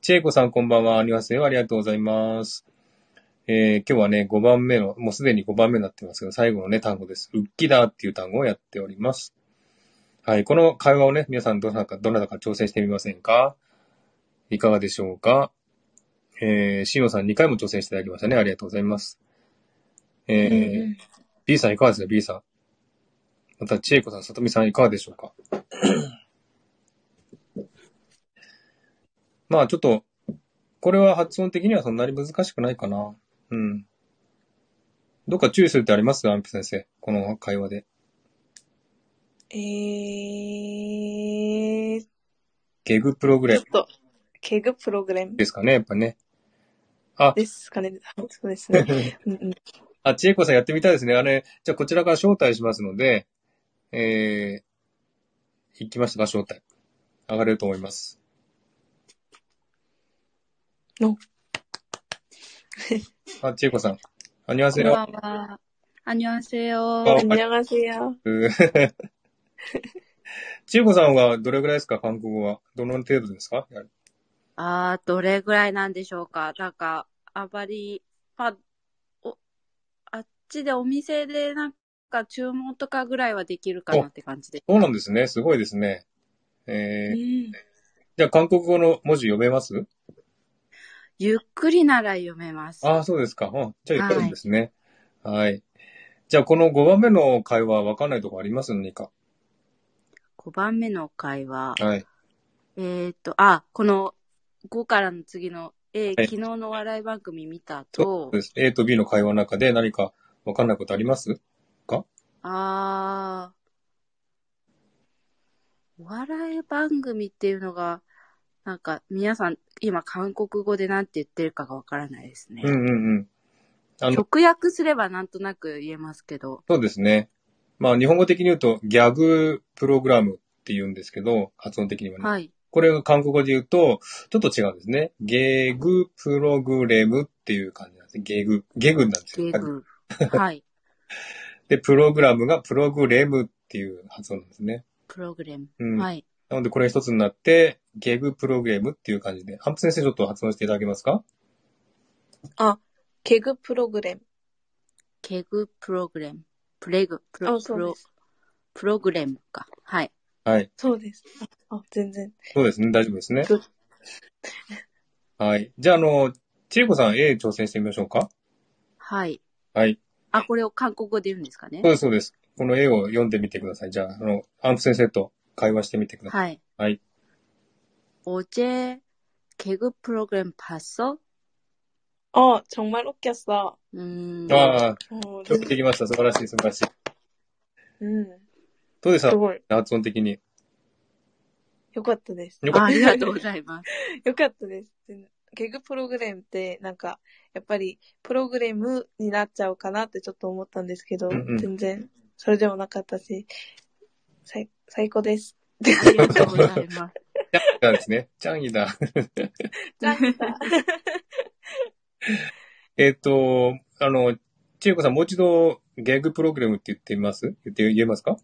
チェイコさんこんばんは。アニュアセよ。ありがとうございます。えー今日はね、5番目の、もうすでに5番目になってますけど、最後のね、単語です。ウッキだっていう単語をやっております。はい。この会話をね、皆さんどなたか、どなたか挑戦してみませんかいかがでしょうかえー、シノさん2回も挑戦していただきましたね。ありがとうございます。えー 음, 음. B さんいかがですか ?B さん。また、千恵子さん、さとみさんいかがでしょうかまあ、ちょっと、これは発音的にはそんなに難しくないかな。うん。どっか注意するってありますアンプ先生。この会話で。 에...ゲグプログラム 또 개그 프로그램 ですかねやっぱね。あ、ですかね。そうです ね。うんうん。あ、千恵子さんやってみたいですね。あれ、じゃあこちらから招待しますので、えー、行きましたか、招待。上がれると思います。の。 あ、千恵子さん。こんにちこんは。ばんは。こんにちこんばんは 안녕하は。세요。 千恵子さんはどれぐらいですか、韓国語は。どの程度ですかあー、どれぐらいなんでしょうか。なんか、あまり、まあ、お、あっちでお店でなんか注文とかぐらいはできるかなって感じで。そうなんですね。すごいですね。えうー、ん。じゃあ韓国語の文字読めますゆっくりなら読めます。ああ、そうですか。うん。じゃあ、ゆっくりですね。はい。じゃあ、この5番目の会話、わかんないとこあります何か。 5番目の会話。はい。えーっと、あ、この5からの次の、えーはい昨日の笑い番組見たそうと、です。A と B の会話の中で何かわかんないことありますあー、お笑い番組っていうのが、なんか皆さん今韓国語でなんて言ってるかがわからないですねう。んうんうん。あの、直訳すればなんとなく言えますけど、そうですね。まあ、日本語的に言うと、ギャグプログラムって言うんですけど、発音的にはね。はい。これが韓国語で言うと、ちょっと違うんですね。ゲグプログレムっていう感じなんです。ゲグ、ゲグなんですゲよ。グ。はい。で、プログラムがプログレムっていう発音なんですね。プログラム。うん。はい。なので、これ一つになって、ゲグプログレムっていう感じで。ハンプ先生ちょっと発音していただけますかあ、ケグプログラム。ケグプログラム。プレグ、プロ、あ、そプうでロ、す。プログラムか。はい。はい。そうです。あ、全然。そうですね。大丈夫ですね。どはい。じゃあ、あの、ちりこさん A 挑戦してみましょうか。はい。はい。あ、これを韓国語で言うんですかねそう。です、そうです。この A を読んでみてください。じゃあ、あの、アンプ先生と会話してみてください。はい。はい。 어제 개그 프로그램 봤어? 어, 정말 웃겼어. 음,ああ、 어,よくできました。素晴らしい、素晴らしい。 음,どうでした 정말 発音的に。よかったです。よか 아,っありがとうございます.よかったです。結局プログラムって、なんか、やっぱり、プログラムになっちゃうかなってちょっと思ったんですけど、うんうん全然、それでもなかったし、最、最高 です。ありがとうございます.た。チャンギだですね。チャンギだ。 じゃあ、えっと、あの、ちえこさん、もう一度、ゲーグプログラムって言ってみます言って、言えますか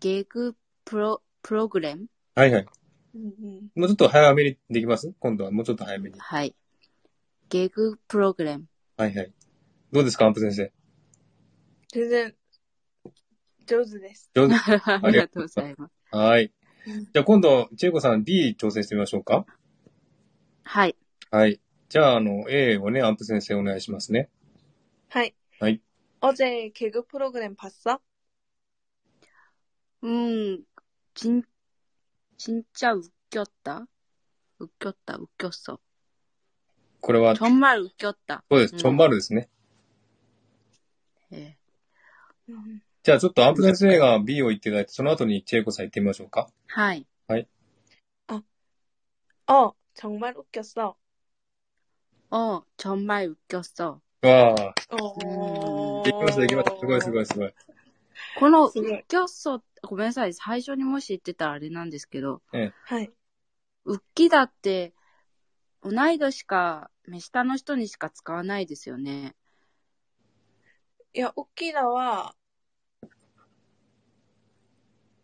개그 프로, 프로그램?はいはい。うんうん。もうちょっと早めにできます今度はもうちょっと早めに。 하이. 개그 프로그램.はいはい。どうですかアンプ先生。全然、上手です。上手。ありがとうございます.はい。うんじゃあ今度、ちえこさん B 挑戦してみましょうか。 하이.はい。じゃあ、あの、A をね、アンプ先生お願いしますね。はい。はい 어제 개그 프로그램 봤어? 음, 진, 진짜 웃겼다. 웃겼다, 웃겼어.これは、そ 정말 웃겼다.うです。うんちょんまるですね。 예.うんじゃあちょっとアンプ先生が B を言っていただいて、その後にちえこさん言ってみましょうか。 하이. 어 정말웃겼어 어, 정말 웃겼어.わあ、できました、できました。すごい、すごおーい、すごい。この、すごいうっきょっそ、ごめんなさい。最初にもし言ってたらあれなんですけど、えはい。うっきだって、同い年か、目下の人にしか使わないですよね。いや、ウッキーラは、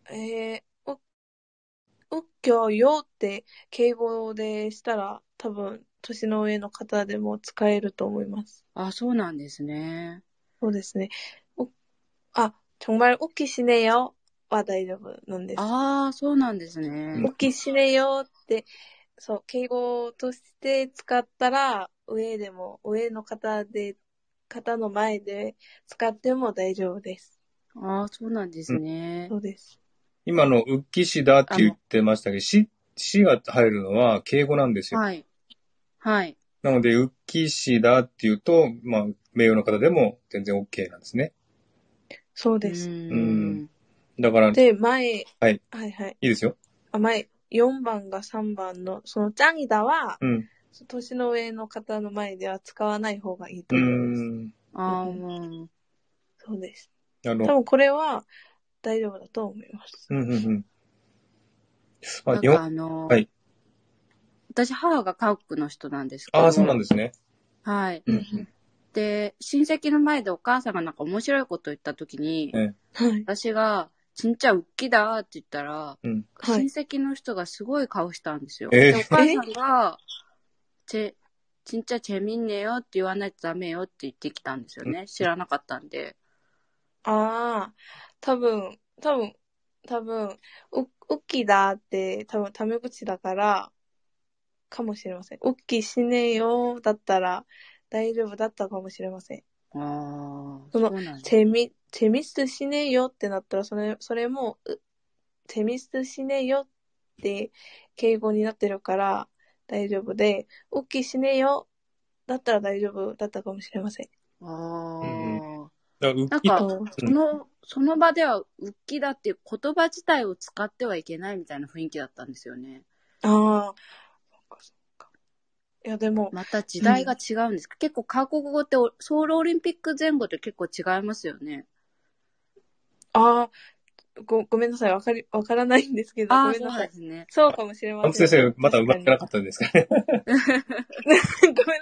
えー、う、うっきょよって敬語でしたら、多分、年の上の方でも使えると思います。あ、そうなんですね。そうですね。うあ、정말웃기시네요は大丈夫なんです。ああ、そうなんですうねん。 웃기시네요って、そう、敬語として使ったら、上でも、上の方で、方の前で使っても大丈夫です。ああ、そうなんですねそ。うです。今の、うっきしだってあ言っの、てましたけど、し、しが入るのは敬語なんですよ。はい。はい。なので、うっきしだって言うと、まあ、名誉の方でも全然 OK なんですね。そううです。ーうんん。だから、いで、前、はいはいはい。いですよ。あ、前、4番が3番の、その、ジャンイダは、うん。年の上の方の前では使わない方がいいとう思います。ん。ああ、うんうん。そうです。あの多、分これは大丈夫だと思います。うん、うん、うん。あ、日なんか本、あの、はい。私、母が韓国の人なんですけあど、あ、そうなんですね。はい。う、うんんううんん。で、親戚の前でお母さんがなんか面白いこと言ったときに、ええはい。私が、ちんちゃうっきだって言ったら、うん。は親い。戚の人がすごい顔したんですよ。えで、おえ、母さんが、ちェ、ちんちゃチェミンネよって言わないとダメよって言ってきたんですよね。知らなかったんで。ああ、多分、多分、多分、う、ウッキーだって多分タメ口だから、かもしれません。ウッキーしねえよだったら大丈夫だったかもしれません。ああ、そのうなんですチェミ、チェミスしねよってなったら、それ、それも、うチェミスしねよって敬語になってるから大丈夫で、ウッキーしねよだったら大丈夫だったかもしれません。ああ、うんだから浮きなんか、うんその、その場では、ウッキだっていう言葉自体を使ってはいけないみたいな雰囲気だったんですよね。ああ、そっかそっか。いや、でも、また時代が違うんです。結構、韓国語っておソウルオリンピック前後と結構違いますよね。ああ、ご、ごめんなさい。わかり、わからないんですけど、あごあ、めんそうなさなんい。ですね。そうかもしれまアンプせん先ね生、。まだ確上手くかに。なかったですかね。ごめんな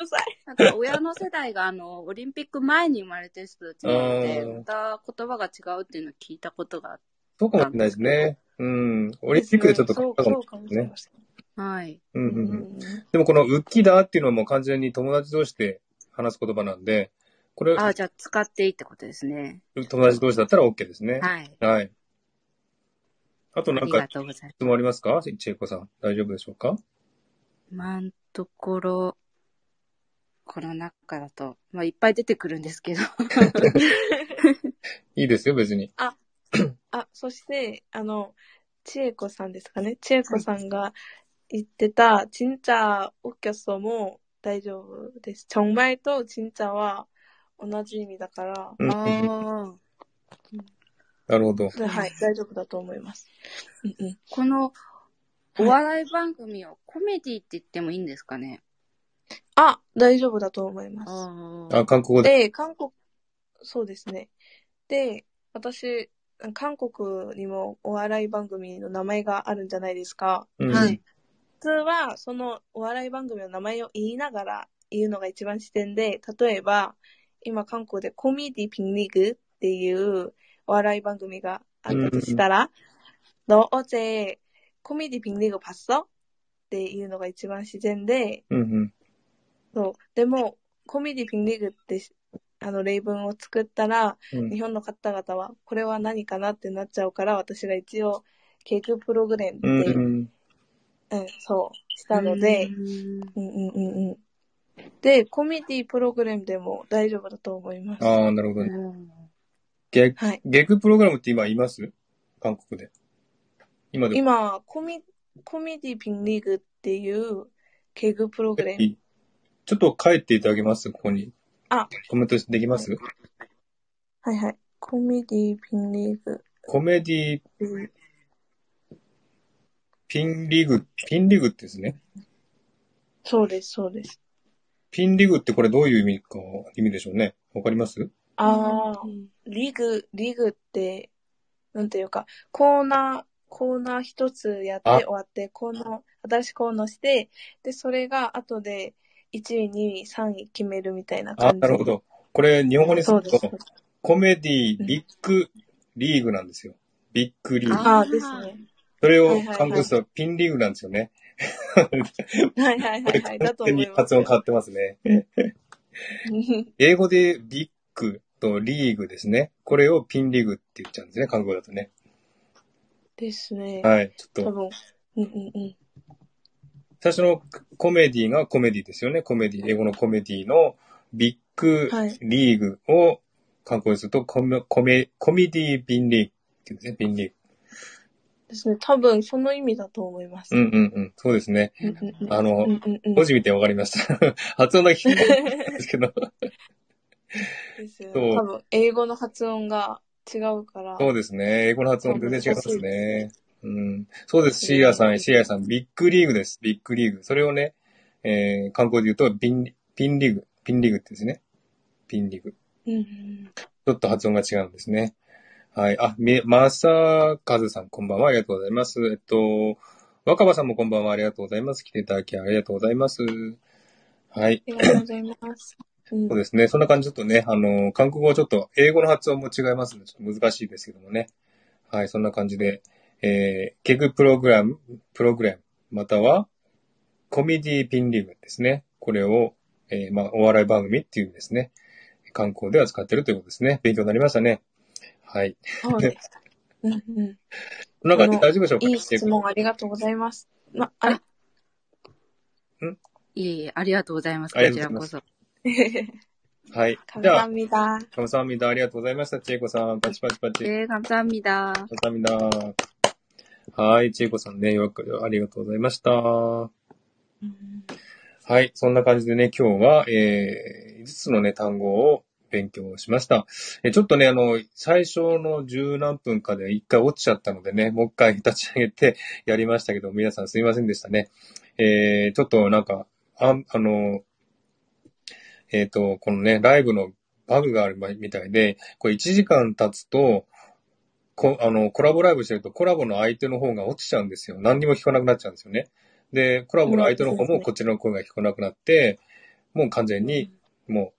さい。なんか、親の世代が、あの、オリンピック前に生まれてる人たちなので、うんまた言葉が違うっていうのを聞いたことがあっそうかもしたれんないでですすけど。ね。うん。オリでンすピックでちょねっ。と変そわうった、かそもうしかもしれなれいですね。ません。はい。うんううんうんうん。んうん。でもこのウッキだっていうのはもう完全に友達同士で話す言葉なんで、これああ、じゃあ使っていいってことですね。友達同士だったら OK ですね。はい。はい。あとあなんりかがとうござい質問ありますかちえこさん。大丈夫でしょうかます。今のところ、この中だと、まあ、いっぱい出てくるんですけど。いいですよ、別に。あ、そして、あの、千恵子さんですかね。千恵子さんが言ってた、ちんちゃおきょそも大丈夫です。ちょんまいとちんちゃは同じ意味だから、うんうんうん。ああ。なるほど。うはい、大丈夫だと思います。うんうん。 このはおい笑い番組をコメディって言ってもいいんですかねあ、大丈夫だと思います。ああ、韓国語で。で、韓国、そうですね。で、私、韓国にもお笑い番組の名前があるんじゃないですか。うん。はい。普通は、そのお笑い番組の名前を言いながら言うのが一番自然で、例えば、今韓国でコメディピンニグっていうお笑い番組があったとしたら、너어제コメディピンニグ봤어っていうのが一番自然で、うんうん。そう。でも、コメディピンリーグってし、あの、例文を作ったら、うん日本の方々は、これは何かなってなっちゃうから、私が一応、研究プログラムうんで、うん。うん、そう、しうたので、ーんうんうんうんうん。で、コミュニティプログラムでも大丈夫だと思います。ああ、なるほど。うんゲ、はい。ゲクプログラムって今います韓国で。今でも。今、コミ、コミュニティピンリーグっていう、研究プログラム。ちょっと書いていただけますここに。あ、コメントできまはいすはいはい。コミュニティピンリーグコメディっていう、ピンリグ、ピンリグってですね。そうです、そうです。ピンリグってこれどういう意味か、意味でしょうね。わかりますああ、リーグ、リーグって、なんていうか、コーナー、コーナー一つやっあて終わって、コーナー、新しいコーナーして、で、それが後で1位、2位、3位決めるみたいなあ、感なじ。るほど。これ日本語にするそうです。と、コメデうィんビッグリーグなんですよ。ビッグリーグ。あああ、ーですね。それはをいはい韓は国い。とピンリーグなんですよね。はいはいこはれいは完い。だと全思にいま発す音よ。変わってますね。英語でビッグとリーグですね。これをピンリーグって言っちゃうんですね。韓国語だとね。 ですね。はい。ちょっと多分。うんうんうん。最初のコメディがコメディですよね。コメディ、英語のコメディのビッグはい。リーグを韓国にするとコメ、コメ、コメディビンリーグっていうんですね。ビンリーグ。ですね。多分、その意味だと思いまうす。んうんうん。そうですね。うんうんうん。あのう、んうんうん。 文字見てわかりました。 発音だけ聞いたんですけど。ですよね。そ多う、分、英語の発音が違うからそう、ですね。英語の発多音分全然難し違いますいですね。ね。うん。そうです。シーラね。さん、シーラさん、ビッグリーグです。ビッグリーグ。それをね、えー、韓国で言うと、ビン、ビンリーグ。ビンリーグってですね。ビンリーグ。うんうん。ちょっと発音が違うんですね。はい。あ、み、まさかずさん、こんばんは。ありがとうございます。えっと、若葉さんもこんばんは。ありがとうございます。来ていただきありがとうございます。はい。ありがとうございます。うんそうですね。そんな感じ、ちょっとね、あの、韓国語はちょっと、英語の発音も違いますので、ちょっと難しいですけどもね。はい、そんな感じで、えー、ケグプログラム、プログラム、または、コメディピンリムですね。これを、えー、まあ、お笑い番組っていうんですね。観光では使ってるということですね。勉強になりましたね。はい。そうでした。うんうん。そんなあ感じでの、大丈夫でしょうかいい質問ありがとうございます。ま、あれんいえいえ、ありがとうございます。ありこがとうちござらいま こす。そ。はい。 감사 じゃ 합 あ、 니다 カムサハミダありがとうございました。千恵子さん、パチパチパチ。カムえー、감사합니다 サハミダ。はい、千恵子さんね、よくありがとうございました。はい。そんな感じでね、今日は、えー、5つのね、単語を勉強しました。えーちょっとね、あの、最初の十何分かで一回落ちちゃったのでね、もう一回立ち上げてやりましたけど、皆さんすいませんでしたね。えー、ちょっとなんか、あんあの、えっ、と、このね、ライブのバグがあるみたいで、これ1時間経つと、こあの、コラボライブしてるとコラボの相手の方が落ちちゃうんですよ。何にも聞こえなくなっちゃうんですよね。で、コラボの相手の方もこっちの声が聞こえなくなって、もう完全に、も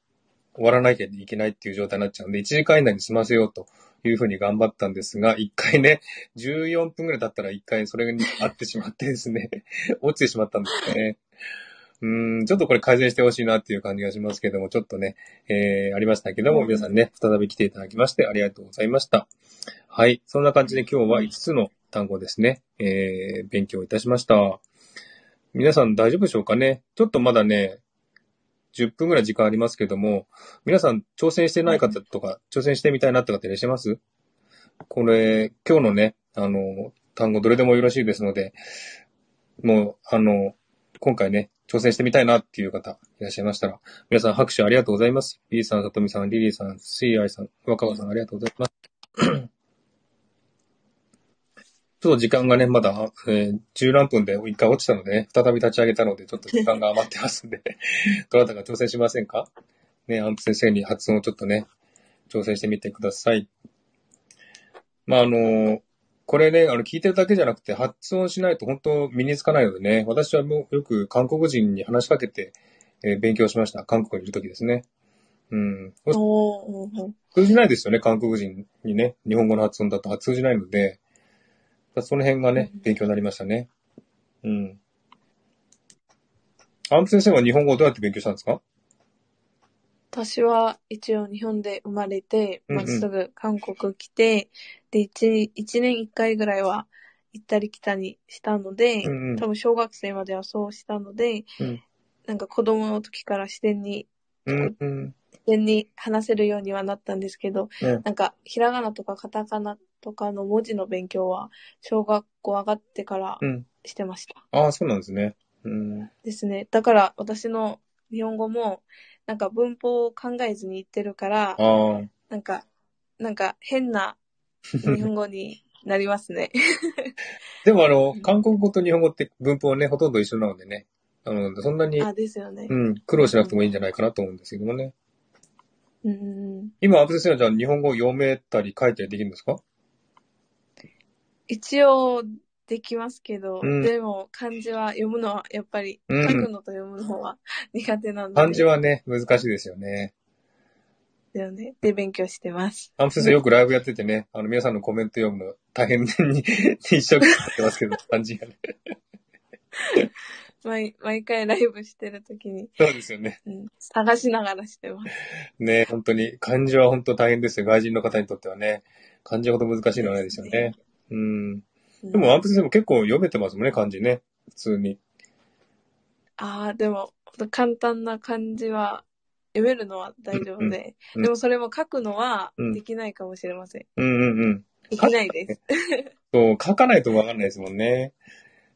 う終わらなきゃいけないっていう状態になっちゃうんで、1時間以内に済ませようというふうに頑張ったんですが、1回ね、14分ぐらい経ったら1回それに合ってしまってですね、 落ちてしまったんですよね。うん、ちょっとこれ改善してほしいなっていう感じがしますけども、ちょっとね、えー、ありましたけども、皆さんね、再び来ていただきましてありがとうございました。はい。そんな感じで今日は5つの単語ですね、えー、勉強いたしました。皆さん大丈夫でしょうかねちょっとまだね、10分ぐらい時間ありますけども、皆さん挑戦してない方とか、挑戦してみたいなって方いらっしゃいますこれ、今日のね、あの、単語どれでもよろしいですので、もう、あの、今回ね、挑戦してみたいなっていう方いらっしゃいましたら、皆さん拍手ありがとうございます。B さん、さとみさん、リリーさん、CI さん、若葉さんありがとうございます。ちょっと時間がね、まだ、えー、10何分で一回落ちたのでね、再び立ち上げたので、ちょっと時間が余ってます んで、どなたか挑戦しませんかね、アンプ先生に発音をちょっとね、挑戦してみてください。まあ、あの、これね、あの、聞いてるだけじゃなくて、発音しないと本当身につかないのでね、私はもうよく韓国人に話しかけて、えー勉強しました。韓国にいるときですね。うん。おー、うん通じないですよね、韓国人にね、日本語の発音だと通じないので、その辺がね、勉強になりましたね。うん。アンプ先生は日本語をどうやって勉強したんですか私は一応日本で生まれて、うんうまんっすぐ韓国来て、で、一一年一回ぐらいは行ったり来たりしたので、うんうん多分小学生まではそうしたので、うんなんか子供の時から自然に、うんうん。自然に話せるようにはなったんですけど、ね。なんかひらがなとかカタカナとかの文字の勉強は小学校上がってからうん。してました。ああ、そうなんですね。うん。ですね。だから私の日本語も、なんか文法を考えずに言ってるから、ああ。なんか、なんか変な日本語になりま すね。でもあの、韓国語と日本語って文法ね、ほとんど一緒なのでね。あの、そんなに、あ、ですよねう。ん、苦労しなくてもいいんじゃないかなと思うんですけどもね。うん。今、アンプ先生はじゃあ日本語を読めたり書いたりできるんですか一応できますけど、うんでも漢字は読むのはやっぱり、うん書くのと読むの方は 苦手なので。漢字はね、難しいですよね。だよね。で、勉強してます。アンプ先生よくライブやっててね、あの、皆さんのコメント読むの大変に 一生懸命やってますけど、漢字がね。毎、毎回ライブしてるときに、そうですよね。うん、探しながらしてます。ね、本当に、漢字は本当大変ですよ。外人の方にとってはね。漢字ほど難しいのはないですよね。うん。うんでも、アンプ先生も結構読めてますもんね、漢字ね。普通に。ああ、でも、簡単な漢字は読めるのは大丈夫で、うんうんでもそれも書くのはうんできないかもしれません。うんうんうん。できないです。そう、書かないとわかんないですもんね。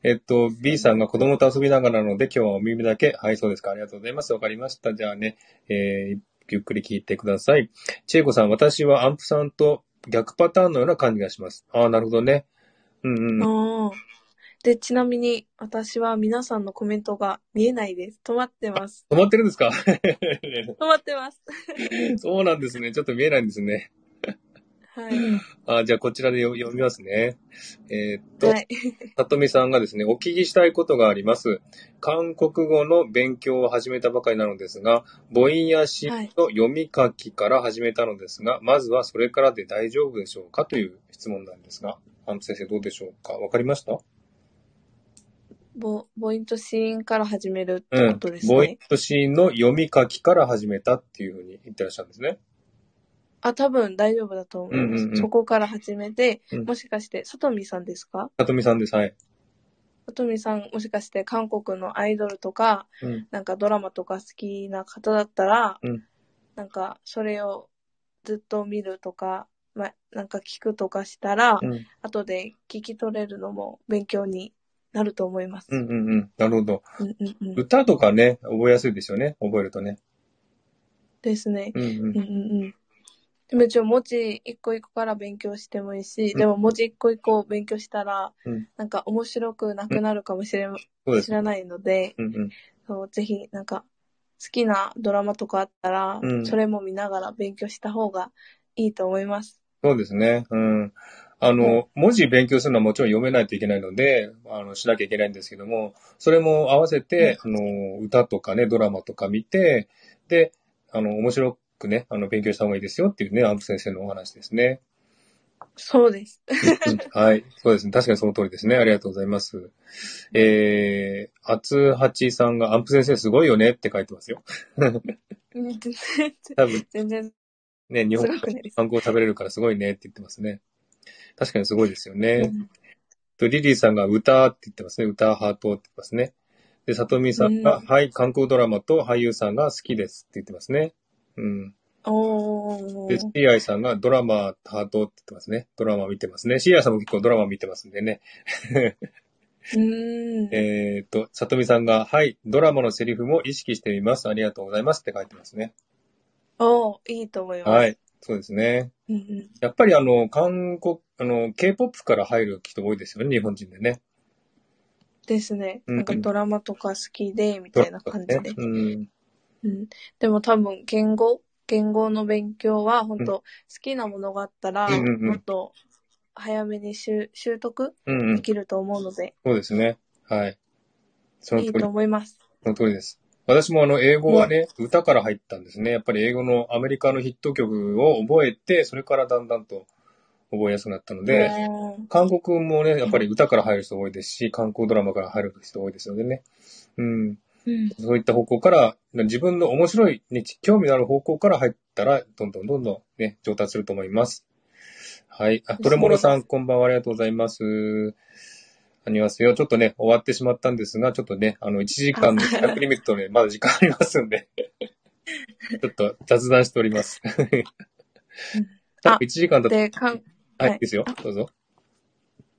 えっと、B さんが子供と遊びながらなので、今日はお耳だけ。はい、そうですか。ありがとうございます。わかりました。じゃあね、えー、ゆっくり聞いてください。千恵子さん、私はアンプさんと逆パターンのような感じがします。ああ、なるほどね。うんうんうん。あーで、ちなみに私は皆さんのコメントが見えないです。止まってます。止まってるんですか 止まってます。そうなんですね。ちょっと見えないんですね。はい。あじゃあこちらで読読みますね。えーっと、はい。さとみさんがですね、お聞きしたいことがあります。韓国語の勉強を始めたばかりなのですが、母音や詩はいの読み書きから始めたのですが、まずはそれからで大丈夫でしょうかという質問なんですが、アンプ先生どうでしょうかわかりましたぼ母音と子音から始めるってうこん。とです母音ね。と詩の読み書きから始めたっていうふうに言ってらっしゃるんですね。あ、多分大丈夫だと思います。うんうんうんそこから始めて、うんもしかして、さとみさんですかさとみさんです。はい。ととみさん、もしかして韓国のアイドルとか、うん。なんかドラマとか好きな方だったら、うんなんか、それをずっと見るとか、まあ、なんか聞くとかしたら、うん。後で聞き取れるのも勉強になると思います。うんうんうん。なるほど。うんうんうん。歌とかね、覚えやすいですよね。覚えるとね。ですね。うんうんうん。うんうん。でも一応文字一個一個から勉強してもいいし、うんでも文字一個一個勉強したら、うんなんか面白くなくなるかもしれ、そうで知すね。らないので、うんうん。そうぜひなんか好きなドラマとかあったら、うんそれも見ながら勉強した方がいいと思います。そうですね。うん。あの、文字勉強するのはもちろん読めないといけないので、あの、しなきゃいけないんですけども、それも合わせて、あの、歌とかね、ドラマとか見て、で、あの、面白くね、あの、勉強した方がいいですよっていうね、アンプ先生のお話です ね。そうです。 はい。そうですね。確かにその通りですね。ありがとうございます。えー、あつはちさんが、アンプ先生すごいよねって書いてますよ。全然、多分全然、ね、日本すごくないです韓国語喋れるからすごいねって言ってますね。確かにすごいですよね。うんと、リリーさんが歌って言ってますね。歌ハートって言ってますね。で、さとみさんが、うんはい、韓国ドラマと俳優さんが好きですって言ってますね。うん。おで、ーシ。ーアイさんがドラマハートって言ってますね。ドラマ見てますね。シーアイさんも結構ドラマ見てますんでね。うーん。えーっと、さとみさんが、はい、ドラマのセリフも意識してみます。ありがとうございますって書いてますね。おー、いいと思います。はい。そうですね。うんうん。やっぱりあの、韓国、あの、K-POP から入る人多いですよね、日本人でね。ですね。うんなんかドラマとか好きで、みたいな感じで。うん。うん。でも多分、言語、言語の勉強は、本当好きなものがあったら、うんうんうんもっと早めに習習得うんうんで。きると思うので、そうですね。はい。そのい通いり、とそ思います。の通りです。私もあの、英語はね、歌から入ったんですね。やっぱり英語のアメリカのヒット曲を覚えて、それからだんだんと覚えやすくなったので、おー韓国もね、やっぱり歌から入る人多いですし、韓国ドラマから入る人多いですのでね。うん。うん。そういった方向から、自分の面白い、ね、興味のある方向から入ったら、どんどんどんどんね、上達すると思います。はい。あ、トレモロさん、こんばんは。ありがとうございます。こんにちは。ちょっとね、終わってしまったんですが、ちょっとね、あの、1時間のあ100リミットで、まだ時間ありますん で、ちょっと雑談しております。多分1時間だと、で、はかん、い、いはいいですよ。どうぞ。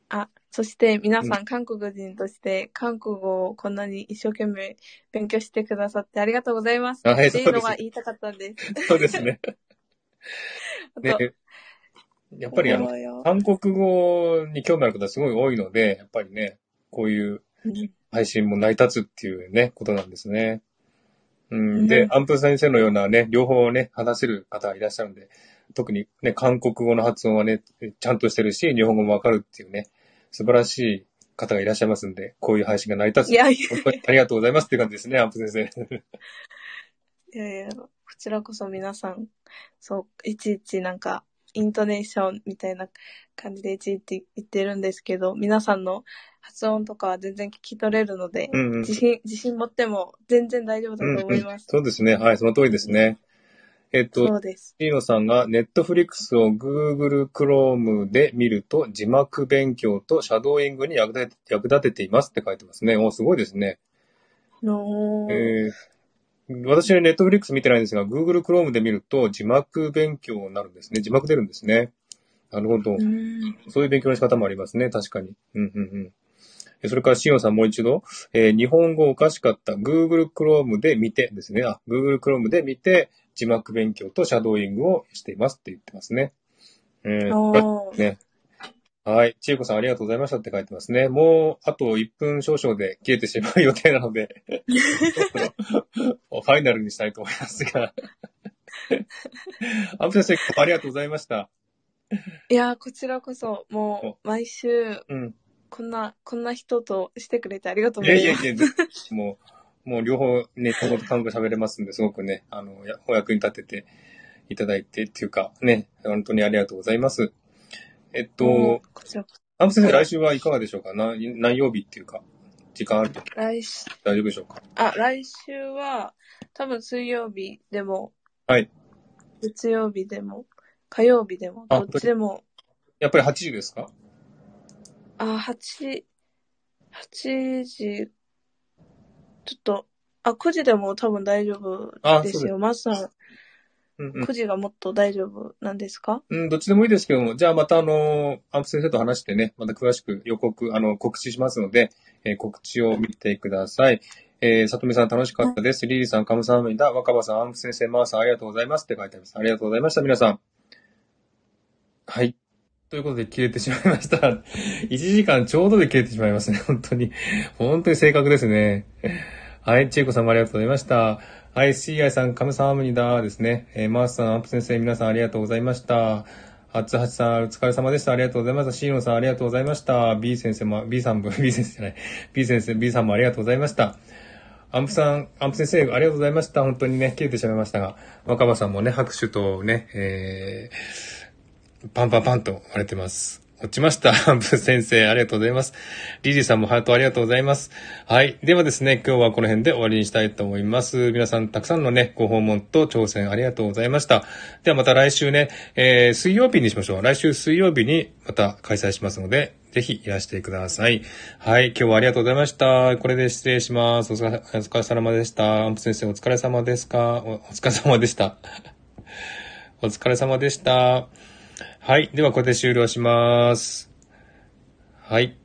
あ、そして皆さん、韓国人として、韓国語をこんなに一生懸命勉強してくださってありがとうございます。あはいっていそうでうのすが言いたかったんです。そうです ね。あねと、やっぱりあの、およ韓国語に興味ある方すごい多いので、やっぱりね、こういううん配信も成り立つっていうね、ことなんですね。う。うんんで、アンプ先生のようなね、両方ね、話せる方がいらっしゃるんで、特にね、韓国語の発音はね、ちゃんとしてるし、日本語もわかるっていうね、素晴らしい方がいらっしゃいますんで、こういう配信が成り立いつ。やいや本当にありがとうございますっていう感じですね、アンプ先生。いやいや、こちらこそ皆さん、そう、いちいちなんか、イントネーションみたいな感じでいちいち言ってるんですけど、皆さんの発音とかは全然聞き取れるので、うんうん。自信、自信持っても全然大丈夫だうんと思ういんます。そうですね。はい、その通りですね。えっと、そうです。リーノさんが、ネットフリックスを Google Chrome で見ると、字幕勉強とシャドーイングに役立て役立てていますって書いてますね。お、すごいですね。のー、えー、私はネットフリックス見てないんですが、Google Chrome で見ると、字幕勉強になるんですね。字幕出るんですね。なるほどう。ん。そういう勉強の仕方もありますね。確かに。うんうんうん。えそれから、シオンさんもう一度、えー日本語おかしかった、Google Chrome で見てですね。あ、Google Chrome で見て、字幕勉強とシャドーイングをしていますって言ってますね。えーおー、ね。はい。千恵子さんありがとうございましたって書いてますね。もう、あと1分少々で消えてしまう予定なので、ファイナルにしたいと思いますが。アブ先生、ありがとうございました。いや、こちらこそ、もう、毎週、うん。こんな、こんな人としてくれてありがとういござやいいますや。いや、もう、もう両方ね、この韓国語喋れますんで、すごくね、あの、やお役に立てていただいてっていうか、ね、本当にありがとうございます。えっうんと、こちらこアブ先生、来週はいかがでしょうかな何曜日っていうか、時間あるとそ。来週、大丈夫でしょうかあ、来週は、多分水曜日でも、はい。月曜日でも、火曜日でも、あどっちでも、やっぱり8時ですかあ、8、8時、ちょっと、あ、9時でも多分大丈夫あそうでですすよ。マスさん、うんうんくじがもっと大丈夫なんですかうん、どっちでもいいですけども、じゃあまたあの、アンプ先生と話してね、また詳しく予告、あの、告知しますので、えー告知を見てください。えー、さとみさん楽しかったです。リリーさん、カムサハムニダ、若葉さん、アンプ先生、マーさん、ありがとうございますって書いてあります。ありがとうございました、皆さん。はい。ということで、切れてしまいました。1時 間ちょうどで切れてしまいますね、本当に。本当に正確ですね。はい、ちえこさんもありがとうございました。はい、CI さん、カムサハムニダですね。えー、マースさん、アンプ先生、皆さんありがとうございました。あつはちさん、お疲れ様でした。ありがとうございました。シーノさん、ありがとうございました。B 先生も、B さんも、B 先生じゃない。B 先生、B さんもありがとうございました。アンプさん、アンプ先生、ありがとうございました。本当にね、切れてしまいましたが、若葉さんもね、拍手とね、えー、パンパンパンと割れてます。落ちました。 アンプ先生、ありがとうございます。リリーさんもハートありがとうございます。はい。ではですね、今日はこの辺で終わりにしたいと思います。皆さん、たくさんのね、ご訪問と挑戦ありがとうございました。ではまた来週ね、えー、水曜日にしましょう。来週水曜日にまた開催しますので、ぜひいらしてください。はい。今日はありがとうございました。これで失礼します。お疲れお疲れ様でした。アンプ先生、お疲れ様ですかおお疲れ様でした。 お疲れ様でした。はい。では、これで終了します。はい。